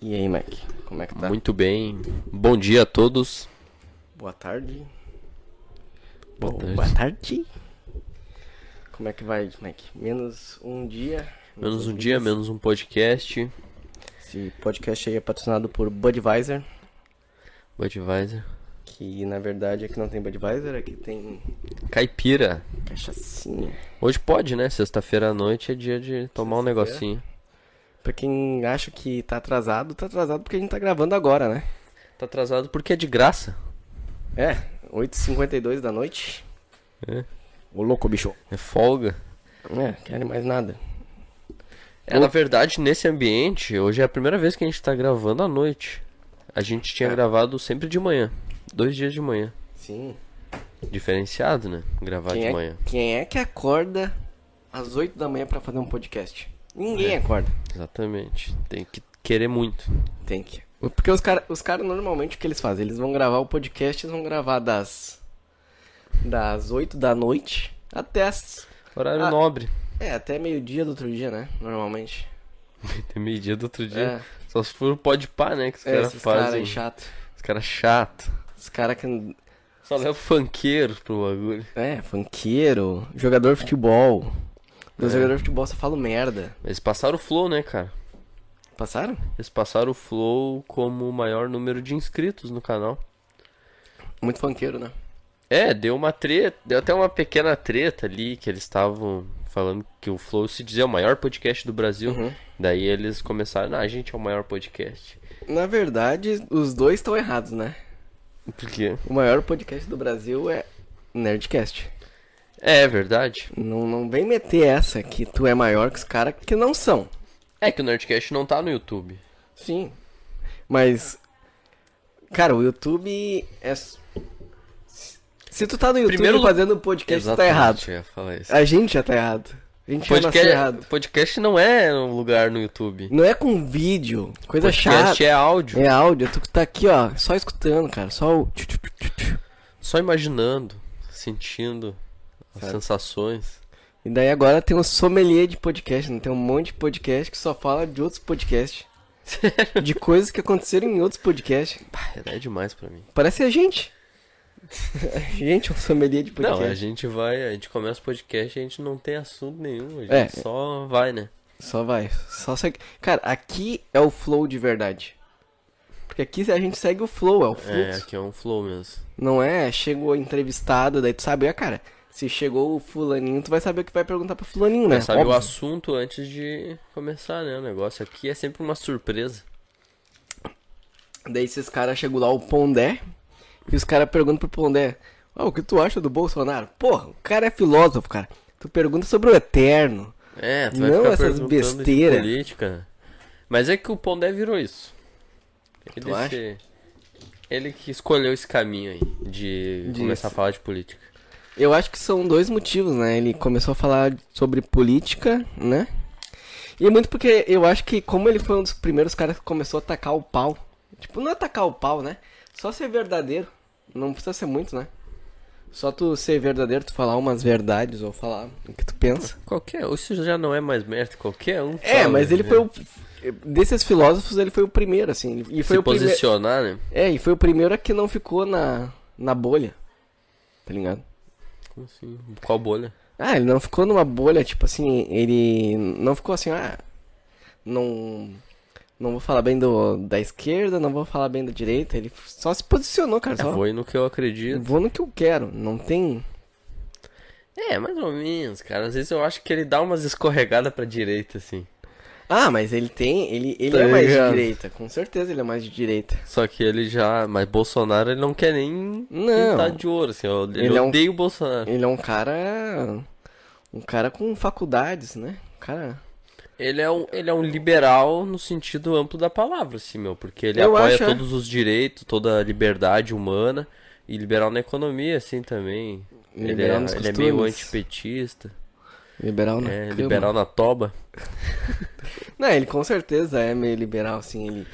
E aí, Mac? Como é que tá? Muito bem. Bom dia a todos. Boa tarde. Boa Bom, tarde. Boa tarde. Como é que vai, Mac? Menos um dia. Menos um dia, menos um podcast. Esse podcast aí é patrocinado por Budweiser, Budweiser. que na verdade aqui não tem Budweiser, aqui tem Caipira. cachaçinha. Hoje pode, né? Sexta-feira à noite é dia de tomar um negocinho. Pra quem acha que tá atrasado, tá atrasado porque a gente tá gravando agora, né? Tá atrasado porque é de graça. É, 8h52 da noite. É. Ô louco, bicho. É folga. É, quero mais nada. É, na verdade, nesse ambiente, hoje é a primeira vez que a gente tá gravando à noite. A gente tinha É. gravado sempre de manhã. Dois dias de manhã. Sim. Diferenciado, né? Gravar Quem de é, manhã. quem é que acorda às 8 da manhã pra fazer um podcast? Ninguém É. acorda. Exatamente. Tem que querer muito. Tem que. Porque os caras os cara, normalmente o que eles fazem? Eles vão gravar o podcast, eles vão gravar das. Das 8 da noite até as. Horário Ah. nobre. É, até meio-dia do outro dia, né? Normalmente. Tem meio-dia do outro dia. É. Só se for o pode pá, né? Que os É, caras esses caras fazem. aí chato. os caras chato. Os caras que. Só leva funkeiro pro bagulho. É, funkeiro, jogador de futebol. É. Os jogador de futebol só falam merda. Eles passaram o Flow, né, cara? Passaram? Eles passaram o Flow como o maior número de inscritos no canal. Muito funkeiro, né? É, deu uma treta, deu até uma pequena treta ali que eles estavam falando que o Flow se dizia o maior podcast do Brasil. Uhum. Daí eles começaram, ah, a gente é o maior podcast. Na verdade, os dois estão errados, né? Por quê? O maior podcast do Brasil é Nerdcast. É, é verdade. Não, não vem meter essa que tu é maior que os caras que não são. É que o Nerdcast não tá no YouTube. Sim. Mas. Cara, o YouTube é. s- Se tu tá no YouTube Primeiro lu- fazendo podcast, tu tá errado. Exatamente, eu ia falar isso. A gente já tá errado. A gente já nasceu errado. Podcast, é- podcast não é um lugar no YouTube. Não é com vídeo, coisa podcast chata. é áudio. É áudio, tu tá aqui, ó, só escutando, cara, só o... tchu, tchu, tchu, tchu, tchu. Só imaginando, sentindo as sensações. E daí agora tem um sommelier de podcast, né? Tem um monte de podcast que só fala de outros podcasts. de coisas que aconteceram em outros podcasts. Pá, É demais pra mim. Parece a gente. a gente é um sommelier de Não, podcast. a gente vai, a gente começa o podcast e a gente não tem assunto nenhum, a gente É. só vai, né? Só vai, só segue. Cara, aqui é o flow de verdade. Porque aqui a gente segue o flow, é o É, fluxo. aqui é um flow mesmo. Não é, chegou entrevistado, daí tu sabe, ah, cara, se chegou o fulaninho, tu vai saber o que vai perguntar pro fulaninho, né? Mas sabe o Óbvio. assunto antes de começar, né? O negócio aqui é sempre uma surpresa. Daí esses caras chegam lá, o Pondé, e os caras perguntam pro Pondé, ó, o que tu acha do Bolsonaro? Porra, o cara é filósofo, cara. Tu pergunta sobre o eterno. É, tu vai Não ficar essas perguntando de besteira. política. Mas é que o Pondé virou isso. Ele, Tu acha? se- ele que escolheu esse caminho aí de Disso. começar a falar de política. Eu acho que são dois motivos, né? Ele começou a falar sobre política, né? E é muito porque eu acho que como ele foi um dos primeiros caras que começou a atacar o pau. Tipo, não atacar o pau, né? Só ser verdadeiro. Não precisa ser muito, né? Só tu ser verdadeiro, tu falar umas verdades ou falar o que tu pensa. Qualquer, isso já não é mais mérito, qualquer um. É, fala, mas ele né? foi o. Desses filósofos, ele foi o primeiro, assim. E foi se o primeiro. posicionar, né? É, e foi o primeiro que não ficou na, na bolha. Tá ligado? Como assim? Qual bolha? Ah, ele não ficou numa bolha, tipo assim, ele não ficou assim, ah, não não vou falar bem do, da esquerda, não vou falar bem da direita, ele só se posicionou, cara, É, só foi no que eu acredito. vou no que eu quero, não tem, É, mais ou menos, cara. Às vezes eu acho que ele dá umas escorregadas pra direita, assim. ah, mas ele tem, ele, ele Tá é mais de ligado. direita, com certeza ele é mais de direita, Só que ele já. Mas Bolsonaro, ele não quer nem Não. pintar de ouro, assim. Eu, ele Ele é um- odeia o Bolsonaro. ele é um cara, um cara com faculdades, né, um cara, Ele é, um, ele é um liberal no sentido amplo da palavra, assim, meu. Porque ele Eu apoia acho, é. todos os direitos, toda a liberdade humana. E liberal na economia, assim, também. Ele é, Liberal nos ele é meio costumes. antipetista. liberal na É, cama. liberal na toba. Não, ele com certeza é meio liberal, assim, ele.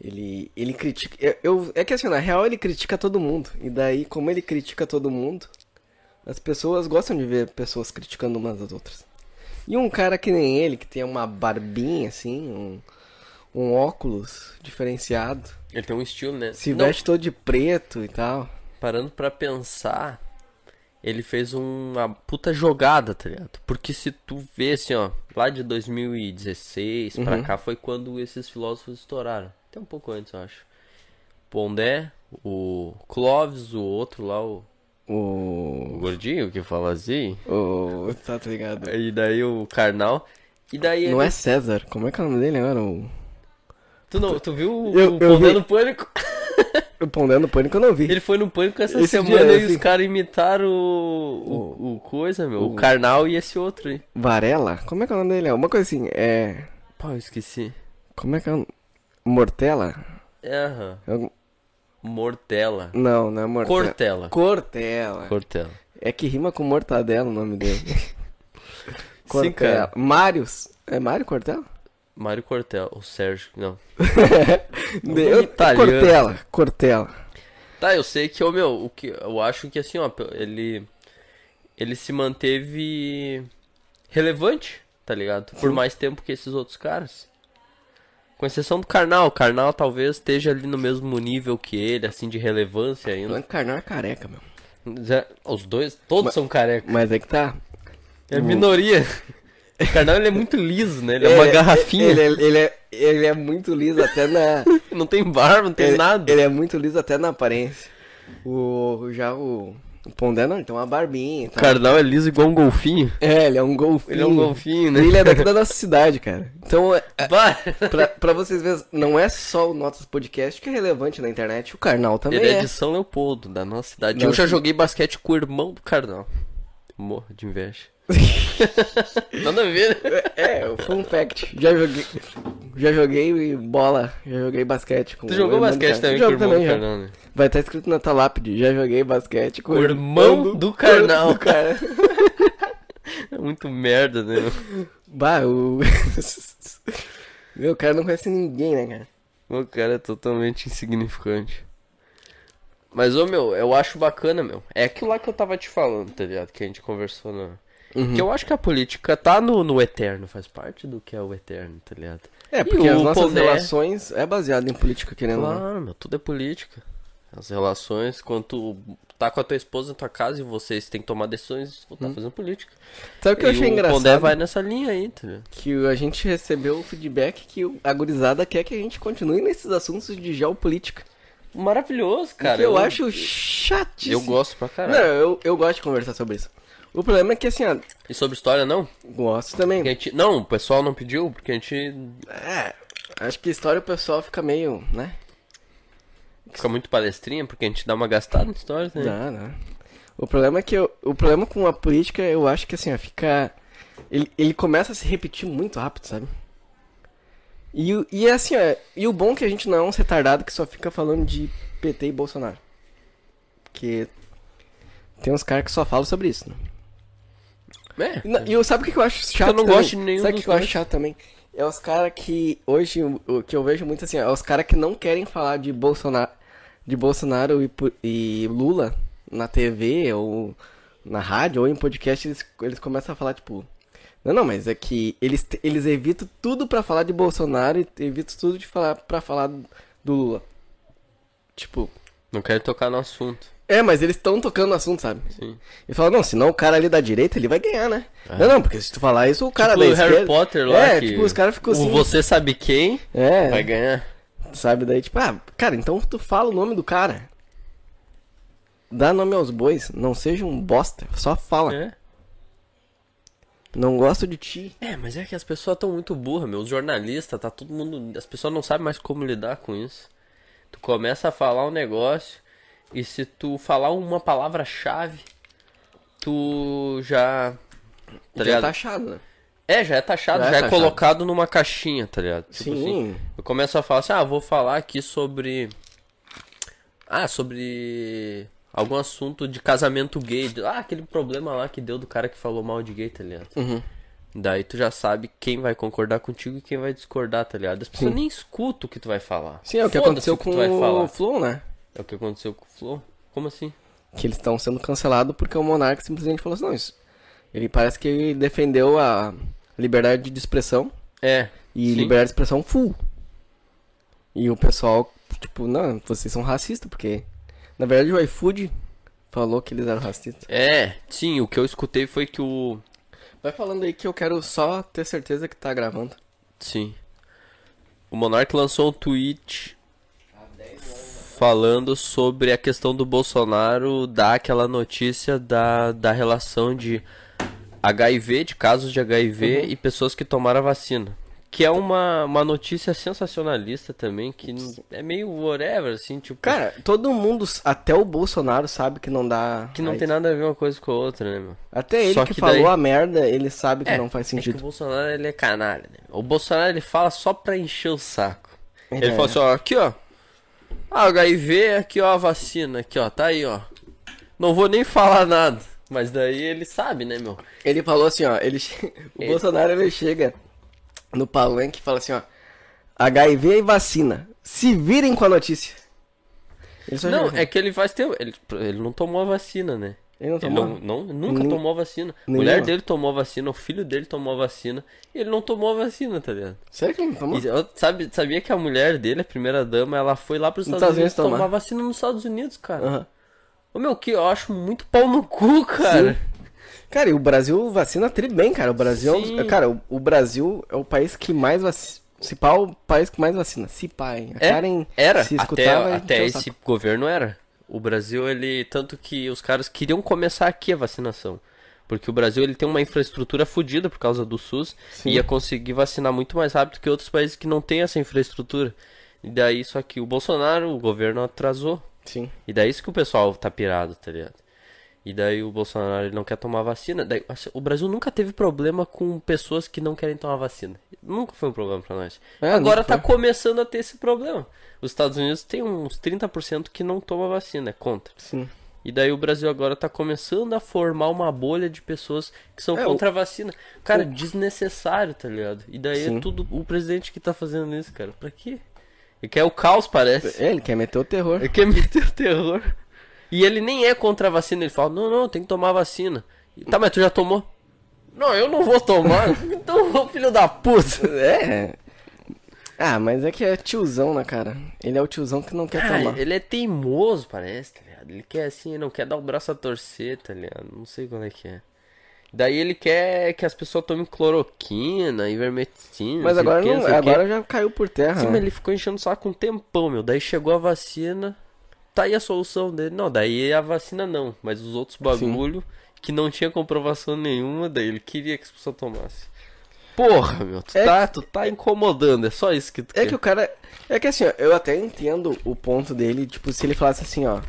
Ele, ele critica. eu- Eu, é que assim, na real ele critica todo mundo. E daí, como ele critica todo mundo, as pessoas gostam de ver pessoas criticando umas às outras. E um cara que nem ele, que tem uma barbinha, assim, um, um óculos diferenciado. Ele tem um estilo, né? Se Não, veste todo de preto e tal. Parando pra pensar, ele fez um, uma puta jogada, tá ligado? Porque se tu vê assim, ó, lá de 2016 Uhum. pra cá foi quando esses filósofos estouraram. Até um pouco antes, eu acho. Pondé, o Clóvis, o outro lá, o, o O. gordinho que fala assim. O. Tá, tá ligado? E daí o Karnal. E daí Não ele- é César, como é que é o nome dele agora? O, tu, não, tu viu o, Eu- o eu Pondé vi. no Pânico? o Pondé no Pânico eu não vi. Ele foi no Pânico essa Esse semana dia, e assim. os caras imitaram o, o, o coisa, meu. O, o- Karnal e esse outro aí. Varela? Como é que é o nome dele? É uma coisa assim, é. Pá, eu esqueci. Como é que é o. Mortela? É, Aham. É algum- Mortela. Não, não é Mortela. Cortella. Cortella. Cortella. É que rima com mortadela o nome dele. Sim, cara. Cortella. Marius. É Mário Cortella? Mário Cortella. O Sérgio, não. Eu- Um italiano. Cortella, Cortella. Tá, eu sei que, ô, meu, o que, eu acho que assim, ó, ele. Ele se manteve relevante, tá ligado? Por mais tempo que esses outros caras. Com exceção do Karnal. O Karnal talvez esteja ali no mesmo nível que ele, assim, de relevância ainda. Blanco Carnal é careca, meu. Zé- Os dois, todos são carecas. Mas é que tá. É minoria. O Karnal, ele é muito liso, né? Ele é uma garrafinha. Ele, é- ele é, ele é muito liso até na. Não tem barba, não tem ele, nada. Ele é muito liso até na aparência. O. Já o. O Pondé não, ele tem uma barbinha e O tal. Karnal é liso igual um golfinho. É, ele é um golfinho. Ele é um golfinho, né? Ele é daqui da nossa cidade, cara. Então, é- Bah! pra, pra vocês verem, não é só o Notas Podcast que é relevante na internet, o Karnal também Ele é é. de São Leopoldo, da nossa cidade. Não, eu já sim. joguei basquete com o irmão do Carnal. Morro de inveja. Nada a ver, né? É, o fun fact. Já joguei, já joguei bola, já joguei basquete com Tu o jogou irmão do Karnal. basquete também com o Jogo irmão do também, é. já. Carnal, né? Vai estar escrito na tua lápide, já joguei basquete com O irmão do Karnal. do cara. É muito merda, né? Bah, o... Meu, o cara não conhece ninguém, né, cara? O cara é totalmente insignificante. Mas, ô meu, eu acho bacana, meu. É aquilo lá que eu tava te falando, tá ligado? Que a gente conversou na. Uhum. Que eu acho que a política tá no, no eterno, faz parte do que é o eterno, tá ligado? É, E porque o as nossas Pondé- relações é baseado em política, querendo ou não. Claro, meu, tudo é política. As relações, quando tu tá com a tua esposa na tua casa e vocês têm que tomar decisões, tu tá fazendo política. Sabe Uhum. o que eu E achei O Pondé engraçado? vai nessa linha aí, tá ligado? Que a gente recebeu o feedback que o- a gurizada quer que a gente continue nesses assuntos de geopolítica. Maravilhoso, cara. que eu, acho chatíssimo. Eu gosto pra Não, caralho. eu, eu gosto de conversar sobre isso. O problema é que, assim, ó, E sobre história, não? gosto Porque também. a gente... Não, o pessoal não pediu, porque a gente É, acho que história o pessoal fica meio, né? fica muito palestrinha, porque a gente dá uma gastada na história, né? Dá, dá. O problema é que eu- o problema com a política, eu acho que assim, ó, fica. Ele, ele começa a se repetir muito rápido, sabe? E, o- e é assim, ó, e o bom é que a gente não é um retardado que só fica falando de PT e Bolsonaro. Porque tem uns caras que só falam sobre isso, né? É. E na- E eu, sabe o que que eu acho chato? eu não também? gosto de nenhum Sabe o dos que que eu acho dois. chato também? É os caras que. Hoje, o o que eu vejo muito assim, ó, é os caras que não querem falar de Bolsonaro, de Bolsonaro e, pu- e Lula na TV ou na rádio ou em podcast, eles, eles começam a falar, tipo. Não, não, mas é que eles, te- eles evitam tudo pra falar de Bolsonaro e evitam tudo de falar pra falar do Lula. Tipo. Não quero tocar no assunto. É, mas eles estão tocando o assunto, sabe? Sim. É. E fala, não, senão o cara ali da direita, ele vai ganhar, né? Não, não, porque se tu falar isso, o cara tipo, da o esquerda... Harry Potter lá É, que... tipo, os caras ficam O assim... você sabe quem É, vai ganhar. sabe? Daí, tipo, ah, cara, então tu fala o nome do cara. Dá nome aos bois, não seja um bosta, só fala. É. Não gosto de ti. É, mas é que as pessoas estão muito burras, meu. Os jornalistas, tá todo mundo. As pessoas não sabem mais como lidar com isso. Tu começa a falar um negócio e se tu falar uma palavra-chave, tu já. Tá Já ligado? tá achado, né? É, já é Já taxado, já, é é, taxado. colocado numa caixinha, tá ligado? Tipo Sim. assim, eu começo a falar assim, ah, vou falar aqui sobre. Ah, sobre. Algum assunto de casamento gay. Ah, aquele problema lá que deu do cara que falou mal de gay, tá ligado? Uhum. Daí tu já sabe quem vai concordar contigo e quem vai discordar, tá ligado? As pessoas nem escutam o que tu vai falar. Sim, é o que Foda-se aconteceu que com tu vai o falar. Flow, né? É o que aconteceu com o Flow? Como assim? Que eles estão sendo cancelados porque o Monark simplesmente falou assim, não, isso... Ele parece que defendeu a liberdade de expressão É. e sim. liberdade de expressão full. E o pessoal, tipo, não, vocês são racistas, porque. Na verdade o iFood falou que eles eram racistas. É, sim, o que eu escutei foi que o. Vai falando aí que eu quero só ter certeza que tá gravando. Sim. O Monark lançou um tweet falando sobre a questão do Bolsonaro dar aquela notícia da, da relação de HIV, de casos de HIV e pessoas que tomaram a vacina. Que é uma, uma notícia sensacionalista também, que n- é meio whatever, assim, tipo, Cara, todo mundo, até o Bolsonaro, sabe que não dá. que não tem nada a ver uma coisa com a outra, né, meu? Até ele Só que, que falou daí- a merda, ele sabe que É, não faz É que sentido. o Bolsonaro ele é canalha, né? O Bolsonaro ele fala só pra encher o saco. Ele É. fala assim, ó, aqui ó. Ah, HIV, aqui ó, a vacina, aqui ó, tá aí, ó. Não vou nem falar nada. Mas daí ele sabe, né, meu? Ele falou assim, ó, ele che- o Ele- Bolsonaro ele chega no palanque e fala assim, ó, HIV e vacina, se virem com a notícia. Ele só Não, chega é assim, que ele faz tempo. Ele, ele não tomou a vacina, né? ele não Ele tomou. não, não- nunca Nem- tomou a vacina. A nenhuma. mulher dele tomou a vacina, o filho dele tomou a vacina. E ele não tomou a vacina, tá ligado? Sério que ele não tomou? E eu sabe, sabia que a mulher dele, a primeira dama, ela foi lá pros Nos Estados Estados, Unidos Unidos tomar tomar. vacina nos Estados Unidos, cara. Aham. Ô meu, que eu acho muito pau no cu, cara. Sim. Cara, e o Brasil vacina tri bem, cara. O Brasil, é um dos- Sim. cara, o, o Brasil é o país que mais vacina. Se pá, o país que mais vacina. Se pá, hein? A É, Karen era, se até, escutar, vai até encher o esse saco. governo era. O Brasil, ele, tanto que os caras queriam começar aqui a vacinação. Porque o Brasil, ele tem uma infraestrutura fodida por causa do SUS. Sim. E ia conseguir vacinar muito mais rápido que outros países que não têm essa infraestrutura. E daí, só que o Bolsonaro, o governo atrasou. Sim. E daí isso que o pessoal tá pirado, tá ligado? E daí o Bolsonaro ele não quer tomar vacina. Daí, assim, o Brasil nunca teve problema com pessoas que não querem tomar vacina. Nunca foi um problema pra nós. É, Agora nunca tá começando a ter esse problema. Os Estados Unidos tem uns 30% que não toma vacina, é contra. Sim. E daí o Brasil agora tá começando a formar uma bolha de pessoas que são É, contra a vacina. Cara, desnecessário, tá ligado? E daí Sim. é tudo o presidente que tá fazendo isso, cara. Pra quê? Ele quer o caos, parece. É, Ele quer meter o terror. Ele quer meter o é terror. E ele nem é contra a vacina, ele fala, não, não, tem que tomar a vacina. E, Tá, mas tu já tomou? Não, eu não vou tomar. então, ô filho da puta. É. Ah, mas é que é tiozão, né, cara? Ele é o tiozão que não quer tomar. Ah, ele é teimoso, parece, tá ligado? Ele quer assim, ele não quer dar o braço a torcer, tá ligado? Não sei qual é que é. Daí ele quer que as pessoas tomem cloroquina, ivermectina, Mas sei o agora, quê, não, é, sei o quê. agora já caiu por terra. Sim, né? mas ele ficou enchendo o saco um tempão, meu. Daí chegou a vacina. Tá aí a solução dele. Não, daí a vacina não. Mas os outros bagulho que não tinha comprovação nenhuma, daí ele queria que as pessoas tomassem. Porra, meu, tu, É tá, tu tá incomodando, é só isso que tu É quer. que o cara. É que assim, ó, eu até entendo o ponto dele, tipo, se ele falasse assim, ó.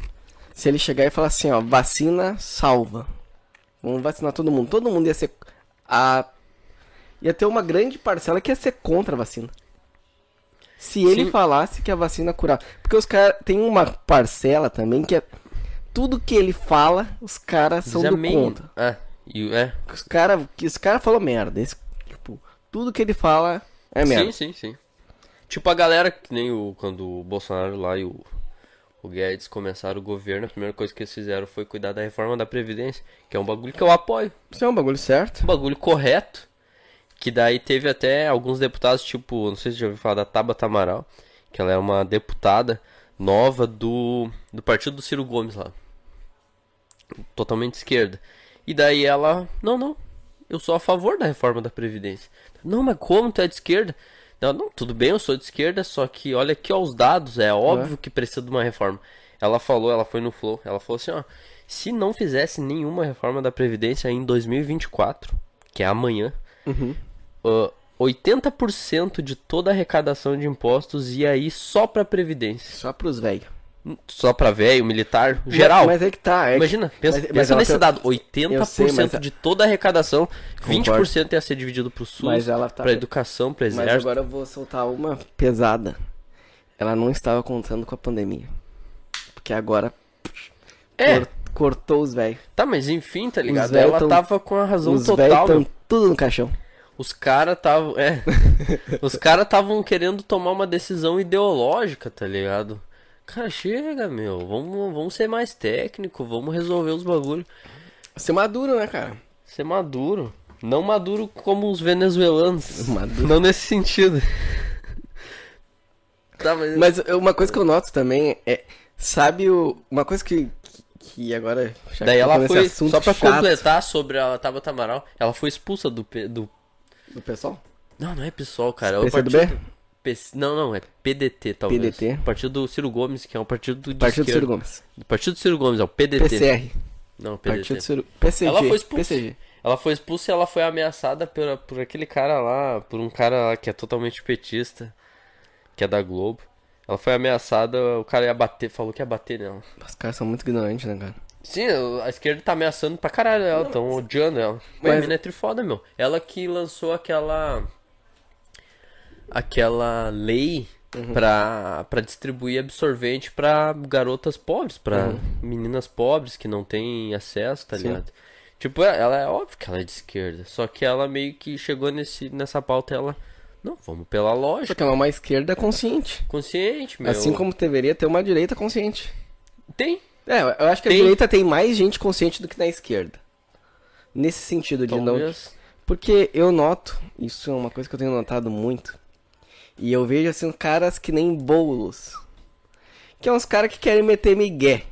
Se ele chegar e falar assim, ó, vacina salva. Vamos vacinar todo mundo. Todo mundo ia ser. A... Ia ter uma grande parcela que ia ser contra a vacina. Se ele Sim. falasse que a vacina curava. Porque os caras. Tem uma parcela também que é. Tudo que ele fala, os caras são Diz do amém. contra. Ah, e, é. Que os cara, que os cara falou merda. Esse, tipo, tudo que ele fala é merda. Sim, sim, sim. Tipo a galera, que nem o, quando o Bolsonaro lá e o, o Guedes começaram o governo, a primeira coisa que eles fizeram foi cuidar da reforma da Previdência, que é um bagulho que eu apoio. Isso é um bagulho certo. um bagulho correto. Que daí teve até alguns deputados, tipo, não sei se você já ouviu falar da Tabata Amaral, que ela é uma deputada nova do, do partido do Ciro Gomes lá. Totalmente esquerda. E daí ela, não, não, eu sou a favor da reforma da Previdência. Não, mas como tu é de esquerda? Não, não, tudo bem, eu sou de esquerda, só que olha aqui ó, os dados, é óbvio que precisa de uma reforma. Ela falou, ela foi no Flow, ela falou assim, ó, se não fizesse nenhuma reforma da Previdência em 2024, que é amanhã, Uhum. ó, 80% de toda a arrecadação de impostos ia ir só pra Previdência. Só pros velhos. Só pra velho, militar, geral. Mas é que tá. É que- Imagina, pensa, mas- mas pensa ela nesse tá- dado, 80% sei, mas a- de toda a arrecadação, Concordo. 20% ia ser dividido pro SUS, Mas ela tá- pra educação, pra Mas exército. agora eu vou soltar uma pesada. Ela não estava contando com a pandemia. Porque agora É, cor- cortou os velhos. tá, mas enfim, tá ligado? véio Ela tão- tava com a razão Os velhos um total, né? estão meu. tudo no caixão. Os caras estavam. É. Os caras estavam querendo tomar uma decisão ideológica, tá ligado? Cara, chega, meu. Vamos, vamos ser mais técnico, vamos resolver os bagulhos. é Você maduro, né, cara? Ser maduro. Não maduro como os venezuelanos. Maduro. Não nesse sentido. Tá, mas... Mas uma coisa que eu noto também é. Sabe o. Uma coisa que. Que agora. já Daí que eu tô ela nesse foi, assunto só pra chato completar sobre a Tabata Amaral, ela foi expulsa do, P- do... Do pessoal? Não, não é PSOL, cara. É o PCdoB? partido... PC Não, não, é PDT, talvez. PDT. Partido do Ciro Gomes, que é um partido de Partido do Ciro esquerda. Gomes. Partido do Ciro Gomes, é o PDT. PCR. Não, PDT. Partido do Ciro. PCG. Ela foi expulsa. PCG. Ela foi expulsa e ela foi ameaçada por, por aquele cara lá, por um cara lá que é totalmente petista, que é da Globo. Ela foi ameaçada, o cara ia bater, falou que ia bater nela. Os caras são muito ignorantes, né, cara? Sim, a esquerda tá ameaçando pra caralho ela, tão odiando ela. Mas a Mas- mina é trifoda, meu. Ela que lançou aquela. aquela lei Uhum. pra, pra distribuir absorvente pra garotas pobres, pra meninas pobres que não têm acesso, tá Uhum. Sim. ligado? Tipo, ela é óbvio que ela é de esquerda, só que ela meio que chegou nesse, nessa pauta ela. Não, vamos pela Só lógica. que é uma esquerda consciente. Consciente, meu. Assim como deveria ter uma direita consciente. Tem. É, eu acho que Tem. a direita tem mais gente consciente do que na esquerda. Nesse sentido de não. Talvez. Porque eu noto, isso é uma coisa que eu tenho notado muito. E eu vejo assim caras que nem bolos. Que é uns caras que querem meter migué.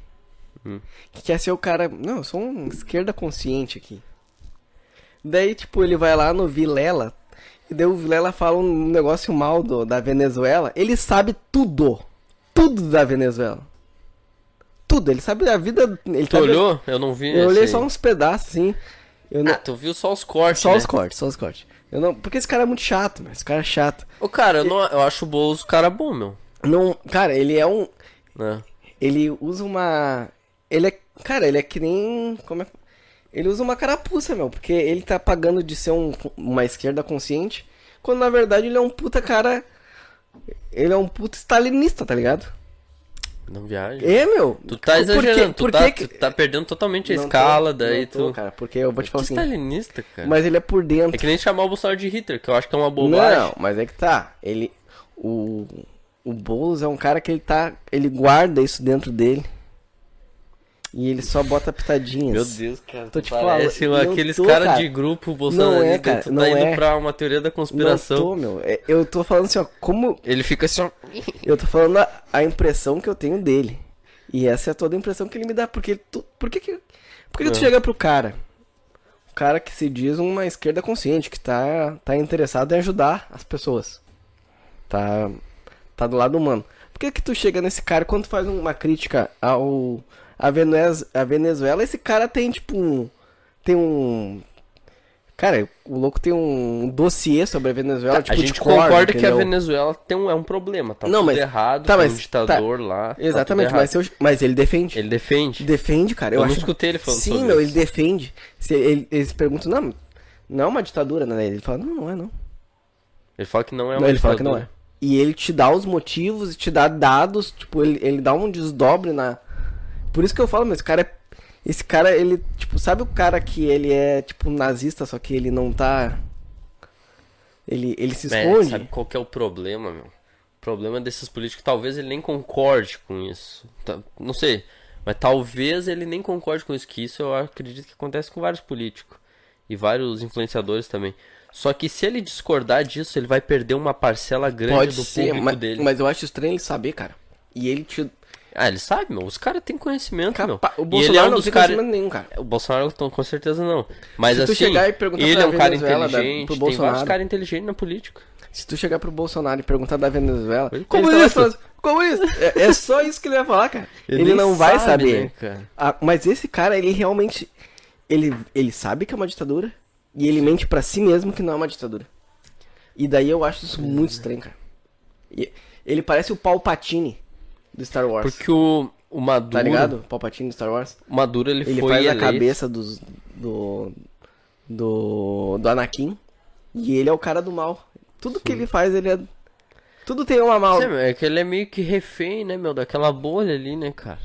Hum. Que quer ser o cara. Não, eu sou um esquerda consciente aqui. Daí, tipo, ele vai lá no Vilela. E daí o Vilela fala um negócio mal do, da Venezuela. Ele sabe tudo. Tudo da Venezuela. Tudo. Ele sabe a vida. Ele Tu sabe- olhou? Eu não vi. Eu olhei esse só aí. uns pedaços, assim. Eu não- Ah, tu viu só os cortes, só né? os cortes, só os cortes. Eu não, porque esse cara é muito chato, mas esse cara é chato. Ô, cara, eu, não, eu acho o Boulos o cara bom, meu. Não, cara, ele é um, Né? ele usa uma, ele é, cara, ele é que nem, como é, ele usa uma carapuça, meu, porque ele tá pagando de ser um, uma esquerda consciente, quando na verdade ele é um puta cara, ele é um puta stalinista, tá ligado? Não viaja. É, meu. Tu tá exagerando, tu, por tá, que, que... tu tá perdendo totalmente a Não tô, escala, daí não tô, tu. cara, porque eu vou te tu falar assim, stalinista, cara. mas ele é por dentro. É que nem chamar o Bolsonaro de Hitler, que eu acho que é uma bobagem. Não, mas é que tá. Ele. O. O Boulos é um cara que ele tá. Ele guarda isso dentro dele. E ele só bota pitadinhas. Meu Deus, cara. Tô tu te parece um falando, não aqueles tô, caras cara. de grupo bolsonarista. é, cara, tu tá não indo é. pra uma teoria da Não conspiração. tô, meu. É, Eu tô falando assim, ó, como. Ele fica assim, ó. tipo, Eu tô falando a, a impressão que eu tenho dele. E essa é toda a impressão que ele me dá. Porque tu. Por que que. Por que, É. que tu chega pro cara? O cara que se diz uma esquerda consciente, que tá, tá interessado em ajudar as pessoas. Tá. Tá do lado humano. Por que que tu chega nesse cara quando tu faz uma crítica ao. A Venezuela, a Venezuela, esse cara tem tipo um. Tem um. Cara, o louco tem um dossiê sobre a Venezuela. tipo, Tá, a de gente cor, concorda que a entendeu? Venezuela tem um, é um problema. Tá Não, tudo mas- errado, tá, tem mas- um tá. ditador lá. tá tudo Exatamente, errado. mas, eu- mas ele defende. Ele defende. Defende, cara. Eu, Eu não acho... escutei ele falando Sim, sobre meu, isso. ele defende. Se ele- eles perguntam, não, não é uma ditadura, né? Ele fala, não, não é, não. Ele fala que não é Não, uma ele fala que não ditadura. é. E ele te dá os motivos, te dá dados, tipo, ele, ele dá um desdobre na. Por isso que eu falo, mas esse cara é. Esse cara, ele, tipo, sabe o cara que ele é, tipo, nazista, só que ele não tá. Ele, ele se É, esconde. sabe qual que é o problema, meu? O problema desses políticos, talvez ele nem concorde com isso. Tá- não sei. Mas talvez ele nem concorde com isso, que isso eu acredito que acontece com vários políticos. E vários influenciadores também. Só que se ele discordar disso, ele vai perder uma parcela grande Pode do ser, público mas, dele. mas eu acho estranho ele saber, cara. E ele te. Ah, ele sabe, meu. Os caras têm conhecimento, meu. Capa... O E ele é Bolsonaro um não dos tem caras. conhecimento nenhum, cara. O Bolsonaro então, com certeza não. Mas Se tu assim, chegar e perguntar ele pra é um cara Venezuela, da- inteligente. pro Tem vários Bolsonaro. caras inteligentes na política. Se tu chegar pro Bolsonaro e perguntar da Venezuela, Ele- como ele só vai isso? falar- Como isso? É, é só isso que ele vai falar, cara. Ele Ele, nem não vai sabe, saber. né, cara? Ah, mas esse cara, ele realmente. Ele, ele sabe que é uma ditadura e ele mente pra si mesmo que não é uma ditadura. E daí eu acho isso muito estranho, cara. E- ele parece o Palpatine do Star Wars. Porque o, o Maduro. Tá ligado? Palpatine do Star Wars. O Maduro ele, Ele foi faz eleito. a cabeça dos, do, do. do Anakin. E ele é o cara do mal. Tudo que ele faz, ele é. Tudo tem uma mal. Sim, meu, é que ele é meio que refém, né, meu, daquela bolha ali, né, cara?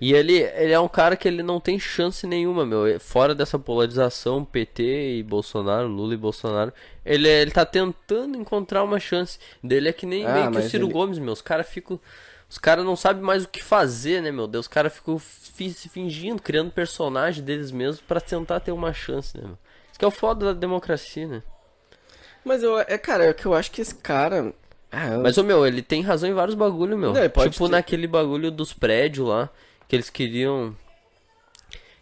E ele, ele é um cara que ele não tem chance nenhuma, meu. E Fora dessa polarização, PT e Bolsonaro, Lula e Bolsonaro, ele, ele tá tentando encontrar uma chance. Dele é que nem Ah, meio que o mas Ciro ele- Gomes, meu. Os caras ficam. Os caras não sabem mais o que fazer, né, meu Deus? Os caras ficam fi- se fingindo, criando personagem deles mesmos pra tentar ter uma chance, né, meu? Isso que é o foda da democracia, né? Mas eu, é, cara, é que eu acho que esse cara. Ah, eu- Mas, ô meu, ele tem razão em vários bagulho, meu. Não, ele pode tipo ter- naquele bagulho dos prédios lá, que eles queriam.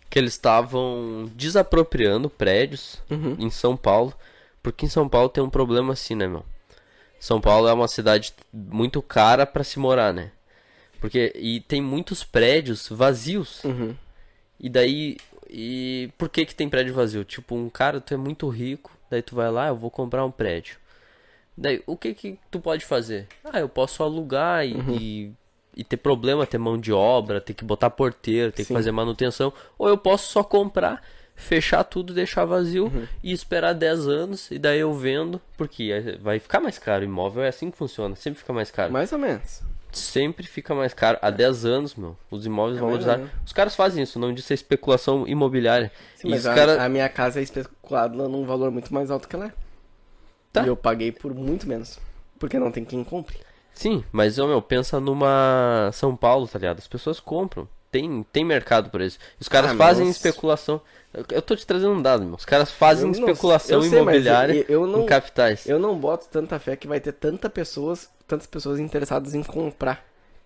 Que eles estavam desapropriando prédios Uhum. em São Paulo. Porque em São Paulo tem um problema assim, né, meu? São Paulo é uma cidade muito cara pra se morar, né? Porque. E tem muitos prédios vazios. E daí. E por que que tem prédio vazio? Tipo, um cara, tu é muito rico, daí tu vai lá, eu vou comprar um prédio. Daí, o que que tu pode fazer? Ah, eu posso alugar e, e, e ter problema, ter mão de obra, ter que botar porteiro, ter que fazer manutenção. Ou eu posso só comprar, fechar tudo, deixar vazio e esperar 10 anos e daí eu vendo, porque aí vai ficar mais caro. Imóvel é assim que funciona, sempre fica mais caro. Mais ou menos. Sempre fica mais caro. Há 10 anos, meu, os imóveis valorizaram. É. verdade. né? Os caras fazem isso, o nome disso é especulação imobiliária. Sim, e os mas a, caras. a minha casa é especulada num valor muito mais alto que ela é. Tá. E eu paguei por muito menos. Porque não tem quem compre. Sim, mas ô, meu, pensa numa São Paulo, tá ligado? As pessoas compram. Tem, tem mercado pra isso. Os caras Ah, fazem mas- especulação. Eu- Eu tô te trazendo um dado, meu. Os caras fazem Eu não- especulação eu sei, mas imobiliária eu- eu não- em capitais. Eu não boto tanta fé que vai ter tanta pessoas, tantas pessoas interessadas em comprar.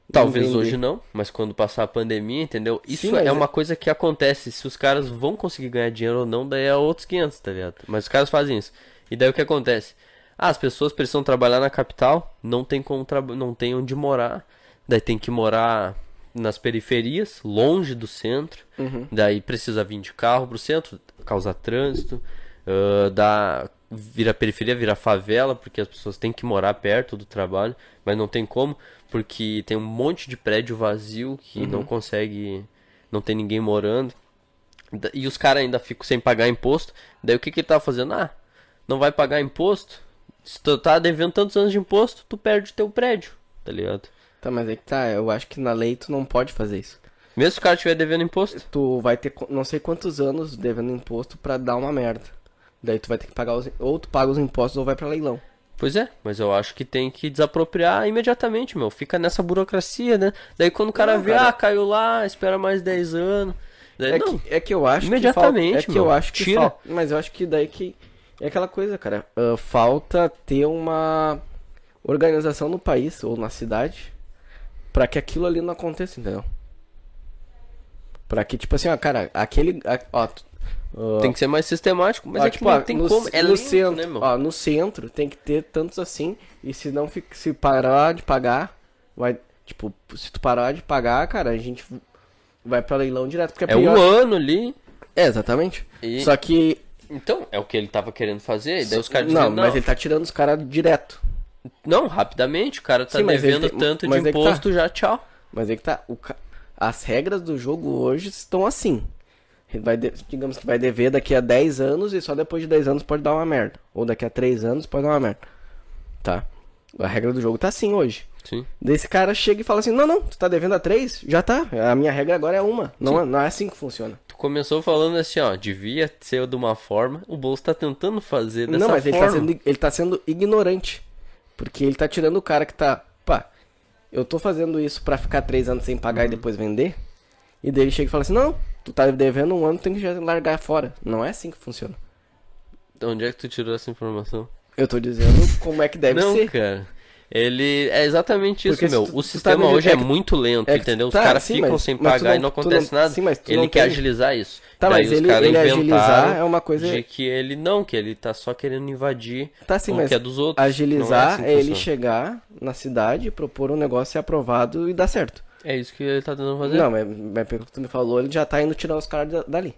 em Talvez vender. hoje não, mas quando passar a pandemia, entendeu? Isso Sim, mas é é- uma coisa que acontece. Se os caras vão conseguir ganhar dinheiro ou não, daí é outros 500, tá ligado? Mas os caras fazem isso. E daí o que acontece? Ah, as pessoas precisam trabalhar na capital, não tem como traba- não tem onde morar. Daí tem que morar nas periferias, longe do centro. Daí precisa vir de carro pro centro, causar trânsito. ah, dá, vira periferia, vira favela, porque as pessoas têm que morar perto do trabalho, mas não tem como, porque tem um monte de prédio vazio que não consegue. Não tem ninguém morando. Da- E os caras ainda ficam sem pagar imposto. Daí o que, que ele tava fazendo? Ah, não vai pagar imposto? Se tu tá devendo tantos anos de imposto, tu perde o teu prédio, tá ligado? Tá, mas aí que tá, eu acho que na lei tu não pode fazer isso. Mesmo se o cara estiver devendo imposto. Tu vai ter co- não sei quantos anos devendo imposto pra dar uma merda. Daí tu vai ter que pagar os. Ou tu paga os impostos ou vai pra leilão. Pois é, mas eu acho que tem que desapropriar imediatamente, meu. Fica nessa burocracia, né? Daí quando o cara Não, vê, cara. ah, caiu lá, espera mais 10 anos. Daí, É não, que, é que eu acho Imediatamente, que falta, é que meu. eu acho que Tira. fal- mas eu acho que daí que é aquela coisa, cara, ah, falta ter uma organização no país ou na cidade pra que aquilo ali não aconteça, entendeu? Pra que tipo assim, ó, cara, aquele a- ó, tu- ah, tem que ser mais sistemático, mas ó, tipo, é que não ó, tem Ah, no, como. É no lento, centro, Ah, né, meu? ó, no centro tem que ter tantos assim e se não fi- se parar de pagar, vai tipo, se tu parar de pagar, cara, a gente vai pra leilão direto, porque a é um pior- ano ali. é, exatamente. E- Só que. Então, é o que ele tava querendo fazer, e daí os caras não, dizendo, não, mas ele tá tirando os caras direto. não, rapidamente, o cara tá Sim, mas ele devendo tem- tanto mas é de que tá. imposto, já tchau. Mas aí que tá. o ca- As regras do jogo hoje estão assim. Ele vai de- Digamos que vai dever daqui a 10 anos e só depois de 10 anos pode dar uma merda. Ou daqui a 3 anos pode dar uma merda. Tá. A regra do jogo tá assim hoje. Sim. Daí esse cara chega e fala assim: Não, não, tu tá devendo a 3? Já tá. A minha regra agora é uma. Não, é- não é assim que funciona. Tu começou falando assim, ó, devia ser de uma forma, o Bolso tá tentando fazer dessa Não, mas ele forma. tá, sendo, ele tá sendo ignorante. Porque ele tá tirando o cara que tá. Pá, eu tô fazendo isso pra ficar três anos sem pagar Uhum. e depois vender. E daí ele chega e fala assim: Não, tu tá devendo um ano, tem que já largar fora. Não é assim que funciona. Onde é que tu tirou essa informação? Eu tô dizendo como é que deve não, ser. cara. Ele é exatamente isso, Porque se meu. tu- tu o sistema tá me- hoje é, é que- muito lento, é que- entendeu? Os tá, caras sim, ficam mas- sem mas tu pagar não- e não tu acontece não- nada. sim, mas tu ele não quer tem- agilizar isso. Tá, Daí mas os ele- caras ele agilizar inventaram é uma coisa- De que ele não, que ele tá só querendo invadir Tá sim, o mas que é dos outros. Não é agilizar assim que é ele funciona. chegar na cidade, propor um negócio ser aprovado e dar certo. É isso que ele tá tentando fazer. Não, mas, mas pelo que tu me falou, ele já tá indo tirar os caras da- dali.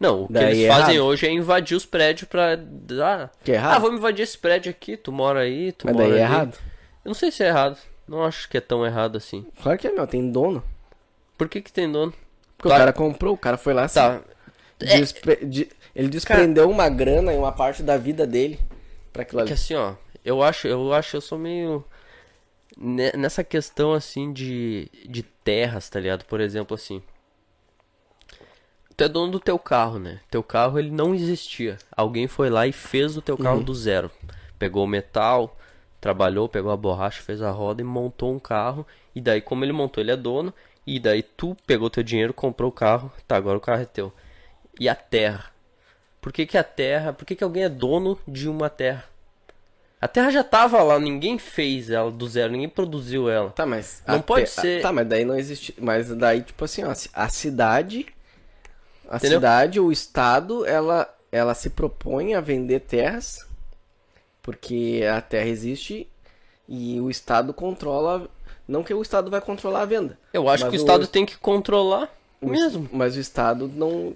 Não, o que Daí eles é fazem errado. hoje é invadir os prédios pra dar. Que é errado. Ah, vamos invadir esse prédio aqui, tu mora aí, tu Mas mora daí é ali. errado. Eu não sei se é errado. Não acho que é tão errado assim. Claro que é, meu, tem dono. Por que que tem dono? Porque Claro. o cara comprou, o cara foi lá assim, Tá. despre- de- ele desprendeu uma grana e uma parte da vida dele pra aquilo ali. Que assim, ó, eu acho, eu acho, eu sou meio. ne- Nessa questão assim de, de terras, tá ligado? Por exemplo, assim. Tu é dono do teu carro, né? Teu carro ele não existia. Alguém foi lá e fez o teu Uhum. carro do zero. Pegou o metal, trabalhou, pegou a borracha, fez a roda e montou um carro. E daí, como ele montou, ele é dono. E daí tu pegou teu dinheiro, comprou o carro. Tá, agora o carro é teu. E a terra? Por que, que a terra. Por que, que alguém é dono de uma terra? A Terra já tava lá, ninguém fez ela do zero, ninguém produziu ela. Tá, mas. Não a pode te- a- ser- Tá, mas daí não existe. Mas daí, tipo assim, ó, a cidade. A Entendeu? cidade, o estado, ela, ela se propõe a vender terras. Porque a terra existe. E o estado controla. Não que o estado vai controlar a venda. Eu acho Mas que o o- Estado tem que controlar O- mesmo. Mas o Estado não.